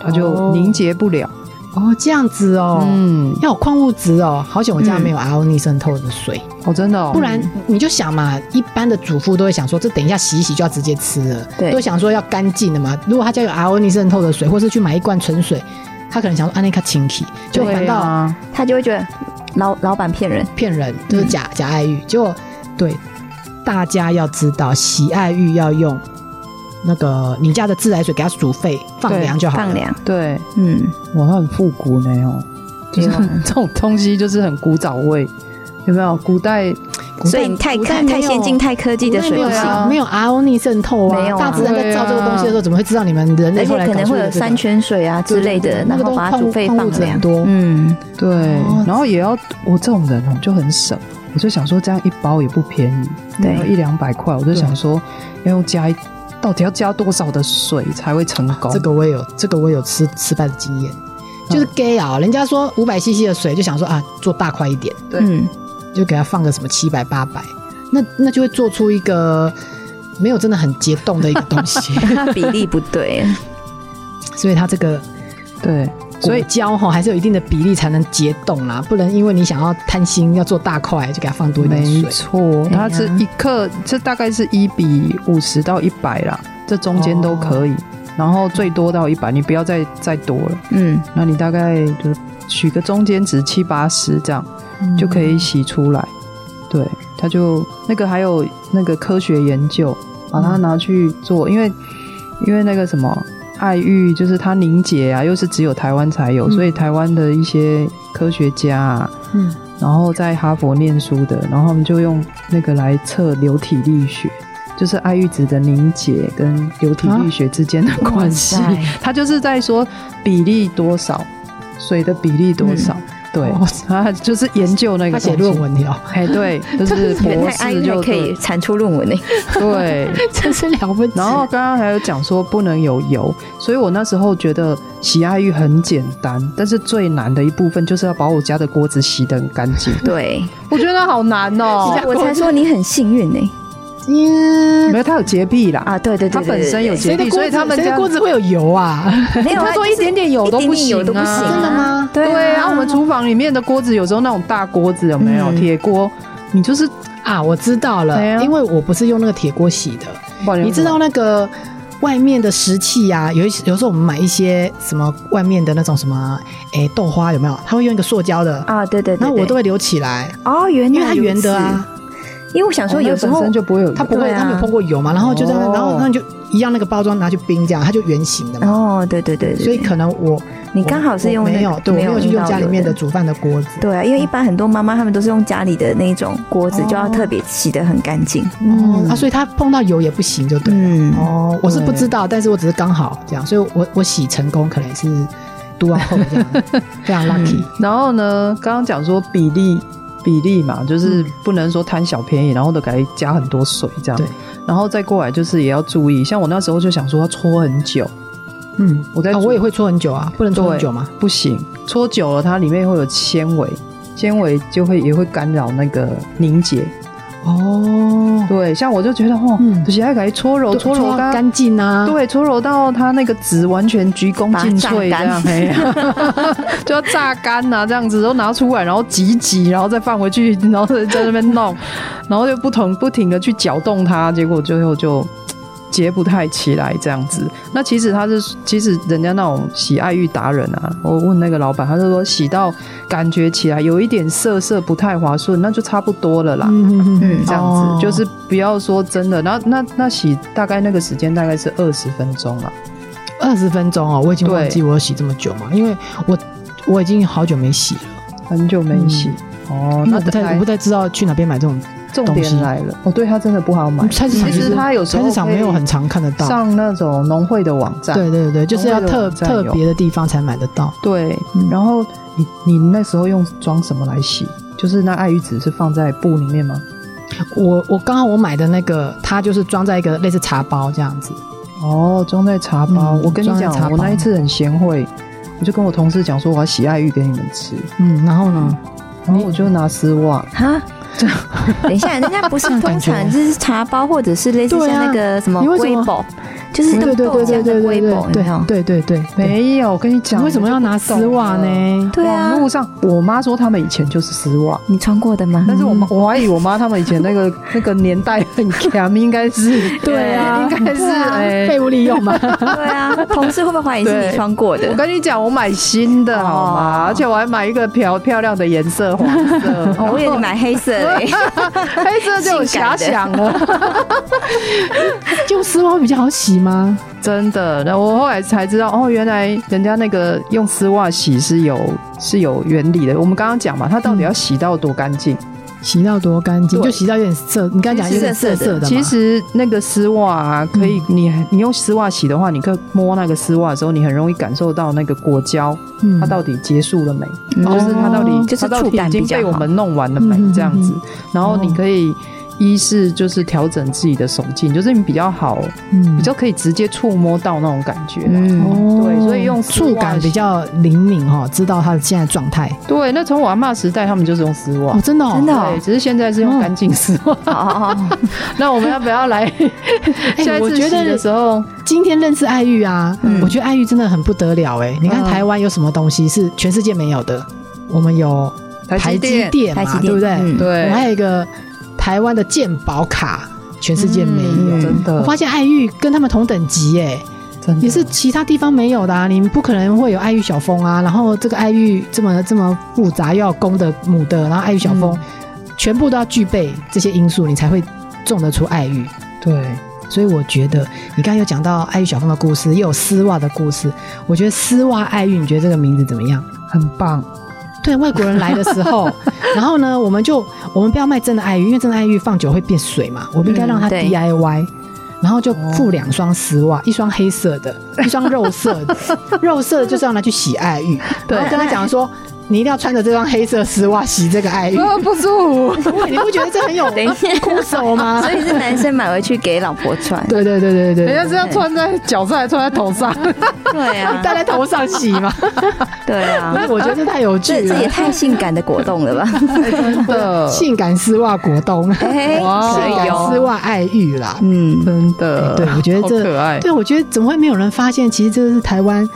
Speaker 3: 它就
Speaker 2: 哦
Speaker 3: 凝结不了。
Speaker 2: 哦这样子哦。
Speaker 3: 嗯，
Speaker 2: 要有矿物质哦，好险我家
Speaker 4: 嗯
Speaker 2: 没有 RO 逆渗透的水，
Speaker 3: 哦，真的、哦，
Speaker 2: 不然你就想嘛，一般的主妇都会想说，这等一下洗一洗就要直接吃了，
Speaker 4: 对
Speaker 2: 都想说要干净的嘛。如果他家有 RO 逆渗透的水，或是去买一罐纯水，他可能想说安内卡清体，就
Speaker 3: 对
Speaker 2: 反倒
Speaker 3: 啊，
Speaker 4: 他就会觉得老老板骗人。
Speaker 2: 骗人，就是假、假爱玉。结果对大家要知道，洗爱玉要用那个你家的自来水给它煮沸放
Speaker 3: 对
Speaker 2: 凉就好了。
Speaker 4: 放凉，
Speaker 3: 对，
Speaker 4: 嗯，
Speaker 3: 哇，它很复古呢哦，就是
Speaker 4: 对
Speaker 2: 啊
Speaker 4: 哦
Speaker 3: *laughs* 这种东西就是很古早味，有没有？古代
Speaker 2: 古代，
Speaker 4: 所以你太
Speaker 2: 古代
Speaker 4: 看
Speaker 2: 嗯
Speaker 4: 太
Speaker 2: 没有啊
Speaker 4: 先进、。太科技
Speaker 2: 古
Speaker 4: 的
Speaker 2: 代
Speaker 4: 水
Speaker 2: 没
Speaker 4: 不
Speaker 2: 有啊
Speaker 4: 行，
Speaker 2: 没有 RO 逆渗透啊，
Speaker 4: 没有
Speaker 2: 大
Speaker 4: 啊
Speaker 2: 自然在造这个东西的时候，怎么会知道你们人
Speaker 4: 而
Speaker 2: 类后
Speaker 4: 且
Speaker 2: 来
Speaker 4: 可
Speaker 2: 搞
Speaker 4: 能
Speaker 2: 出
Speaker 4: 会
Speaker 2: 来的
Speaker 4: 有
Speaker 2: 这个
Speaker 4: 山泉水啊之类的，
Speaker 2: 那
Speaker 4: 然
Speaker 2: 个都
Speaker 4: 后把它
Speaker 2: 矿
Speaker 4: 煮
Speaker 2: 物
Speaker 4: 沸
Speaker 2: 矿
Speaker 4: 放
Speaker 2: 物质很
Speaker 4: 凉。
Speaker 2: 多，
Speaker 4: 嗯，
Speaker 3: 对，
Speaker 2: 哦
Speaker 3: 然后也要我这种人哦，就很省。我就想说，这样一包也不便宜，
Speaker 4: 对
Speaker 3: 要一两百块。我就想说，要用加一，到底要加多少的水才会成功？
Speaker 2: 这个我也有，这个我有吃失败的经验，
Speaker 3: 嗯
Speaker 2: 就是 gay 啊，人家说五百 CC 的水，就想说啊，做大块一点，
Speaker 3: 对
Speaker 4: 嗯，
Speaker 2: 就给它放个什么七百八百，那那就会做出一个没有真的很结冻的一个东
Speaker 3: *laughs*
Speaker 2: 西，
Speaker 4: 它比例不对，
Speaker 2: 所以它这个
Speaker 3: 对，所以
Speaker 2: 果胶哈还是有一定的比例才能结冻啦，不能因为你想要贪心要做大块就给它放多一点
Speaker 3: 没
Speaker 2: 水。
Speaker 3: 错，
Speaker 4: 哎呀
Speaker 3: 它是一克，这大概是一比五十到一百啦，这中间
Speaker 2: 哦
Speaker 3: 都可以。然
Speaker 2: 嗯
Speaker 3: 后最多到一百，你不要再再多了。
Speaker 4: 嗯，
Speaker 3: 那你大概就取个中间值七八十这样、就可以洗出来。对，它就那个还有那个科学研究，把它拿去做，因为因为那个什么爱玉就是它凝结啊，又是只有台湾才有，
Speaker 2: 嗯
Speaker 3: 所以台湾的一些科学家啊，
Speaker 2: 嗯，
Speaker 3: 然后在哈佛念书的，然后他们就用那个来测流体力学。就是爱玉子的凝结跟流体力学之间的
Speaker 2: 嗯
Speaker 3: 关系，
Speaker 4: 哇
Speaker 3: *laughs*
Speaker 4: 塞
Speaker 3: 它就是在说比例多少，水的比例多少，对
Speaker 2: 哇，
Speaker 3: 他啊就是研究那个
Speaker 2: 他
Speaker 3: 东西
Speaker 2: 写论，文的
Speaker 3: *laughs*
Speaker 2: 哦，
Speaker 3: 哎，
Speaker 4: *laughs*
Speaker 3: 对，就是
Speaker 4: 原
Speaker 3: 博
Speaker 4: 来安
Speaker 3: 士
Speaker 4: 还
Speaker 3: 就
Speaker 4: 可以产出论文呢。
Speaker 3: 对。
Speaker 2: 真是了不起。
Speaker 3: 然
Speaker 4: *laughs*
Speaker 3: 后刚刚还有讲说不能有油，所以我那时候觉得洗爱玉很简单，但是最难的一部分就是要把我家的锅子洗得很干净。
Speaker 2: *laughs*
Speaker 4: 对，
Speaker 3: 我觉得好难哦、
Speaker 4: *laughs* 我才说你很幸运呢。
Speaker 2: 嗯
Speaker 3: 没有，它有洁癖啦，
Speaker 4: 啊，对对
Speaker 3: 它
Speaker 4: 对，对
Speaker 3: 本身有洁
Speaker 2: 谁的
Speaker 3: 癖，
Speaker 2: 锅
Speaker 3: 所以
Speaker 2: 子
Speaker 3: 他们
Speaker 2: 谁的
Speaker 3: 家
Speaker 2: 锅子会有油啊？
Speaker 4: 对对没有啊
Speaker 3: 他说一点点油都不行啊
Speaker 4: 一点点油都不行啊，
Speaker 2: 真的吗
Speaker 4: 对
Speaker 3: 对啊，
Speaker 4: 啊，
Speaker 3: 我们厨房里面的锅子有时候那种大锅子有没有
Speaker 4: 嗯
Speaker 3: 铁锅，你就是
Speaker 2: 啊，我知道了，
Speaker 3: 对啊
Speaker 2: 因为我不是用那个铁锅洗的，
Speaker 4: 啊
Speaker 2: 你知道那个外面的石器啊，有一些有时候我们买一些什么外面的那种什么，诶豆花有没有？它会用一个塑胶的，
Speaker 4: 啊，对对对，
Speaker 2: 然后我
Speaker 4: 对
Speaker 2: 都会留起来，
Speaker 4: 哦，原来
Speaker 2: 因为它
Speaker 4: 如
Speaker 2: 圆的
Speaker 4: 此
Speaker 2: 啊，
Speaker 4: 因为我想说
Speaker 3: 哦那
Speaker 4: 有时
Speaker 3: 本
Speaker 4: 候
Speaker 3: 身就不会有油，
Speaker 2: 它不会，
Speaker 4: 对啊
Speaker 2: 它没有碰过油嘛，然后就这样，
Speaker 3: 哦
Speaker 2: 然后那你就一样那个包装拿去冰这样，它就圆形的嘛。
Speaker 4: 哦，对对对对，
Speaker 2: 所以可能我
Speaker 4: 你刚好是用
Speaker 2: 我
Speaker 4: 那
Speaker 2: 没有
Speaker 4: 个
Speaker 2: 对，我没有去用家里面
Speaker 4: 用到
Speaker 2: 的煮饭的锅子。
Speaker 4: 对啊，因为一般很多妈妈她们都是用家里的那种锅子，
Speaker 2: 哦
Speaker 4: 就要特别洗得很干净。
Speaker 3: 嗯
Speaker 2: 哦，啊，所以它碰到油也不行，就对了。
Speaker 4: 嗯，
Speaker 2: 哦，我是不知道，但是我只是刚好这样，所以我我洗成功可能是 do 后这
Speaker 3: *laughs*
Speaker 2: 样，非常 lucky。
Speaker 3: 然后呢，刚刚讲说比例比例嘛，就是不能说贪小便宜，然后都给它加很多水这样。
Speaker 2: 嗯对，
Speaker 3: 然后再过来就是也要注意，像我那时候就想说要搓很久，
Speaker 2: 嗯，
Speaker 3: 我在
Speaker 2: 啊
Speaker 3: 煮
Speaker 2: 我也会搓很久啊，不能搓很久吗？
Speaker 3: 不行，搓久了它里面会有纤维，纤维就会也会干扰那个凝结。
Speaker 2: 哦，
Speaker 3: 对，像我就觉得哦，
Speaker 2: 嗯
Speaker 3: 就是要给它搓揉搓揉
Speaker 2: 搓
Speaker 3: 干。
Speaker 2: 干净啊，
Speaker 3: 对，搓揉到它那个籽完全鞠躬
Speaker 4: 把它
Speaker 3: 尽
Speaker 4: 榨
Speaker 3: 瘁这
Speaker 4: 干
Speaker 3: 样，嘿 *laughs* 就要榨干呐、这样子，都拿出来，然后挤挤，然后再放回去，然后再在那边弄，然后就不同不停的去搅动它，结果最后就。结不太起来这样子，那其实他是，其实人家那种洗爱玉达人啊，我问那个老板，他就说洗到感觉起来有一点涩涩，不太滑顺，那就差不多了啦。
Speaker 2: 嗯，嗯嗯嗯，
Speaker 4: 嗯
Speaker 3: 这样子，
Speaker 2: 哦
Speaker 3: 就是不要说真的。然后那那洗大概那个时间大概是二十分钟啊啦。
Speaker 2: 二十分钟哦，我已经忘
Speaker 3: 对
Speaker 2: 记我有洗这么久嘛，因为我我已经好久没洗了，
Speaker 3: 很久没洗、哦。
Speaker 2: 因为
Speaker 3: 那
Speaker 2: 我不太
Speaker 3: 来
Speaker 2: 我不太知道去哪边买这种
Speaker 3: 重
Speaker 2: 东西
Speaker 3: 点来了，哦，对，它真的不好买。
Speaker 2: 菜市场，
Speaker 3: 其实它有时候
Speaker 2: 菜市场
Speaker 3: 可以
Speaker 2: 没有很常看得到，
Speaker 3: 上那种农会的网站，
Speaker 2: 对对对，就是要
Speaker 3: 农会的
Speaker 2: 特
Speaker 3: 网站
Speaker 2: 特
Speaker 3: 有
Speaker 2: 别的地方才买得到。
Speaker 3: 对
Speaker 2: 嗯
Speaker 3: 然后你你那时候用装什么来洗？就是那爱玉子是放在布里面吗？
Speaker 2: 我我刚刚我买的那个，它就是装在一个类似茶包这样子，
Speaker 3: 哦，装在茶包。
Speaker 2: 嗯
Speaker 3: 我跟你
Speaker 2: 装在
Speaker 3: 讲
Speaker 2: 茶，包
Speaker 3: 我那一次很贤惠，我就跟我同事讲说我要洗爱玉给你们吃，
Speaker 2: 嗯，然后呢，
Speaker 3: 然后我就拿丝袜，
Speaker 4: 哈， *laughs* 等一下，人家不是
Speaker 2: 感
Speaker 4: 通
Speaker 2: 觉
Speaker 4: 常就是茶包或者是类似
Speaker 2: 对啊
Speaker 4: 像那个什么
Speaker 2: 你为什
Speaker 4: 瑰
Speaker 2: 么
Speaker 4: 宝，
Speaker 3: 嗯
Speaker 4: 就是那
Speaker 2: 对
Speaker 4: 个
Speaker 2: 对
Speaker 4: 豆
Speaker 2: 对对
Speaker 4: 浆
Speaker 2: 对
Speaker 4: 的
Speaker 2: 对
Speaker 4: 瑰宝，有没有？
Speaker 2: 对对对对对，
Speaker 3: 没有，我跟你讲，
Speaker 2: 你为什么要拿丝袜
Speaker 3: 你就不懂了？
Speaker 2: 呢？
Speaker 4: 对啊
Speaker 3: 网，络上，我妈说他们以前就是丝袜，
Speaker 4: 你穿过的吗？
Speaker 3: 但是我妈我怀疑我妈他们以前那 *laughs* 个那个年代很强，应该是
Speaker 2: 对啊
Speaker 3: 应该是
Speaker 4: 对啊
Speaker 3: 哎。
Speaker 2: 废物利用
Speaker 3: *laughs*
Speaker 2: 嘛，
Speaker 4: 对啊，同事会不会怀疑是
Speaker 3: 对
Speaker 4: 你穿过
Speaker 3: 我
Speaker 4: 的？
Speaker 3: 跟你讲，我买新的好吗？
Speaker 4: 哦。
Speaker 3: 而且我还买一个漂漂亮的颜色，黄色
Speaker 4: 哦，我以为你买黑色的欸，
Speaker 3: 黑色就有遐想了，
Speaker 2: 用丝袜会比较好洗吗？
Speaker 3: *laughs* 真的。那我后来才知道，哦，原来人家那个用丝袜洗是有是有原理的。我们刚刚讲嘛，它到底要洗到多干净？
Speaker 2: 洗到多干净，
Speaker 3: 对
Speaker 2: 就洗到有点涩，你刚刚讲有点涩涩的嘛，嗯
Speaker 3: 其实那个丝袜啊，可以你你用丝袜洗的话，你可以摸那个丝袜的时候，你很容易感受到那个果胶
Speaker 2: 嗯哦
Speaker 3: 它到底结束了没，
Speaker 4: 嗯
Speaker 3: 就是它到底
Speaker 4: 就
Speaker 3: 它
Speaker 4: 是
Speaker 3: 到
Speaker 4: 触
Speaker 3: 底
Speaker 4: 感
Speaker 3: 已
Speaker 4: 比
Speaker 3: 经
Speaker 4: 较
Speaker 3: 被我
Speaker 4: 好。
Speaker 3: 们弄完了没
Speaker 2: 嗯嗯嗯
Speaker 3: 这样子
Speaker 2: 嗯。
Speaker 3: 然后你可以一是就是调整自己的手劲，就是你比较好，
Speaker 2: 嗯
Speaker 3: 比较可以直接触摸到那种感觉啊啦。
Speaker 4: 嗯，
Speaker 2: 哦
Speaker 3: 对所以用丝袜
Speaker 2: 触感比较灵敏哈，知道它的现在状态
Speaker 3: 对，那从我阿嬷时代，他们就是用丝袜
Speaker 2: 哦，。真的哦嗯
Speaker 4: 真的哦
Speaker 3: 对，只是现在是用干净丝袜。 *laughs*
Speaker 4: 哦哦哦，
Speaker 3: 那我们要不
Speaker 2: *laughs*
Speaker 3: 要来？ *laughs* 下一
Speaker 2: 哎我
Speaker 3: 次
Speaker 2: 觉
Speaker 3: 洗
Speaker 2: 得
Speaker 3: 的时候，
Speaker 2: 今天认识爱玉啊，
Speaker 4: 嗯
Speaker 2: 我觉得爱玉真的很不得了哎、你看
Speaker 3: 嗯
Speaker 2: 台湾有什么东西是全世界没有的？我们有台积电嘛，
Speaker 4: 台积电
Speaker 2: 对不对？
Speaker 4: 嗯
Speaker 2: 我
Speaker 3: 对
Speaker 2: 们，还有一个台湾的鉴宝卡，全世界没有。
Speaker 3: 嗯真
Speaker 2: 我
Speaker 3: 的
Speaker 2: 发现爱玉跟他们同等级哎、
Speaker 3: 真的
Speaker 2: 也是其他地方没有的啊！你们不可能会有爱玉小蜂啊，然后这个爱玉这么这么复杂，又要公的母的，然后爱玉小
Speaker 3: 嗯
Speaker 2: 蜂、全部都要具备这些因素，你才会种得出爱玉。
Speaker 3: 对。
Speaker 2: 所以我觉得，你刚刚有讲到爱玉小凤的故事，也有丝袜的故事。我觉得丝袜爱玉，你觉得这个名字怎么样？
Speaker 3: 很棒，
Speaker 2: 对外国人来的时 *laughs* 候，然后呢，我们就我们不要卖真的爱玉，因为真的爱玉放久会变水嘛，我们应该让它
Speaker 4: 嗯对
Speaker 2: DIY。然后就附两双丝袜，一双黑色的，一双肉色的，肉色的就是要拿去洗爱玉。
Speaker 3: 对
Speaker 2: 然后跟他讲说，你一定要穿着这双黑色丝袜洗这个爱玉。
Speaker 3: 不舒
Speaker 2: *laughs*
Speaker 3: 服。
Speaker 2: 哇你不觉得这很有
Speaker 4: 等一下
Speaker 2: 枯手吗。
Speaker 4: 所？以是男生买回去给老婆穿
Speaker 2: 对对对对对，
Speaker 3: *laughs* 人家是要穿在脚 *laughs* 上，还穿在头上。
Speaker 4: 对 *laughs* 啊，
Speaker 2: 戴在头上洗 *laughs* 嘛。
Speaker 4: 对
Speaker 2: 不
Speaker 4: 啊
Speaker 2: 是，，我觉得这太有趣
Speaker 4: 这这也
Speaker 2: 了，
Speaker 4: 太性感的果冻了吧？
Speaker 3: 真 *laughs* 的
Speaker 2: 性感丝袜果冻，性
Speaker 4: 哎，
Speaker 3: 哇
Speaker 4: 可以
Speaker 2: 感丝
Speaker 4: 哦。
Speaker 2: 袜爱玉啦。
Speaker 4: 嗯，
Speaker 3: 真的，
Speaker 2: 哎对我觉得
Speaker 3: 好
Speaker 2: 这
Speaker 3: 可爱。
Speaker 2: 对，我觉得怎么会没有人发现？其实这是台湾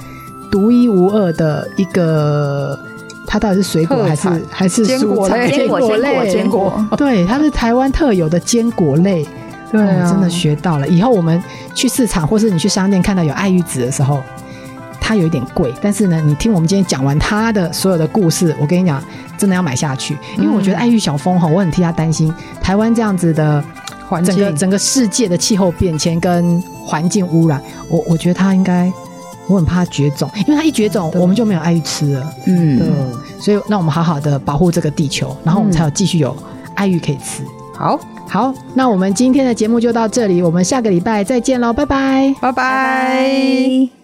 Speaker 2: 独一无二的一个，它到底是水果
Speaker 3: 特
Speaker 2: 还是
Speaker 3: 产
Speaker 2: 还是
Speaker 3: 坚
Speaker 2: 蔬
Speaker 3: 果
Speaker 2: 菜？
Speaker 3: 类
Speaker 4: 坚果坚果
Speaker 2: 类
Speaker 4: 坚，果，
Speaker 2: 对，它是台湾特有的坚果类。
Speaker 3: 对啊
Speaker 2: 哦真的学到了。以后我们去市场或是你去商店看到有爱玉子的时候，它有一点贵，但是呢，你听我们今天讲完它的所有的故事，我跟
Speaker 3: 嗯
Speaker 2: 你讲，真的要买下去，因为我觉得爱玉小蜂哈，我很替他担心。台湾这样子的
Speaker 3: 环
Speaker 2: 整个
Speaker 3: 境
Speaker 2: 整个世界的气候变迁跟环境污染，我我觉得它应该，我很怕它绝种，因为它一绝种，
Speaker 3: 对
Speaker 2: 我们就没有爱吃了。
Speaker 4: 嗯，
Speaker 2: 嗯，所以让我们好好的保护这个地球，然后
Speaker 3: 嗯
Speaker 2: 我们才有继续有爱玉可以吃。
Speaker 3: 好，
Speaker 2: 好，那我们今天的节目就到这里，我们下个礼拜再见喽，拜拜。
Speaker 3: 拜拜。
Speaker 4: 拜。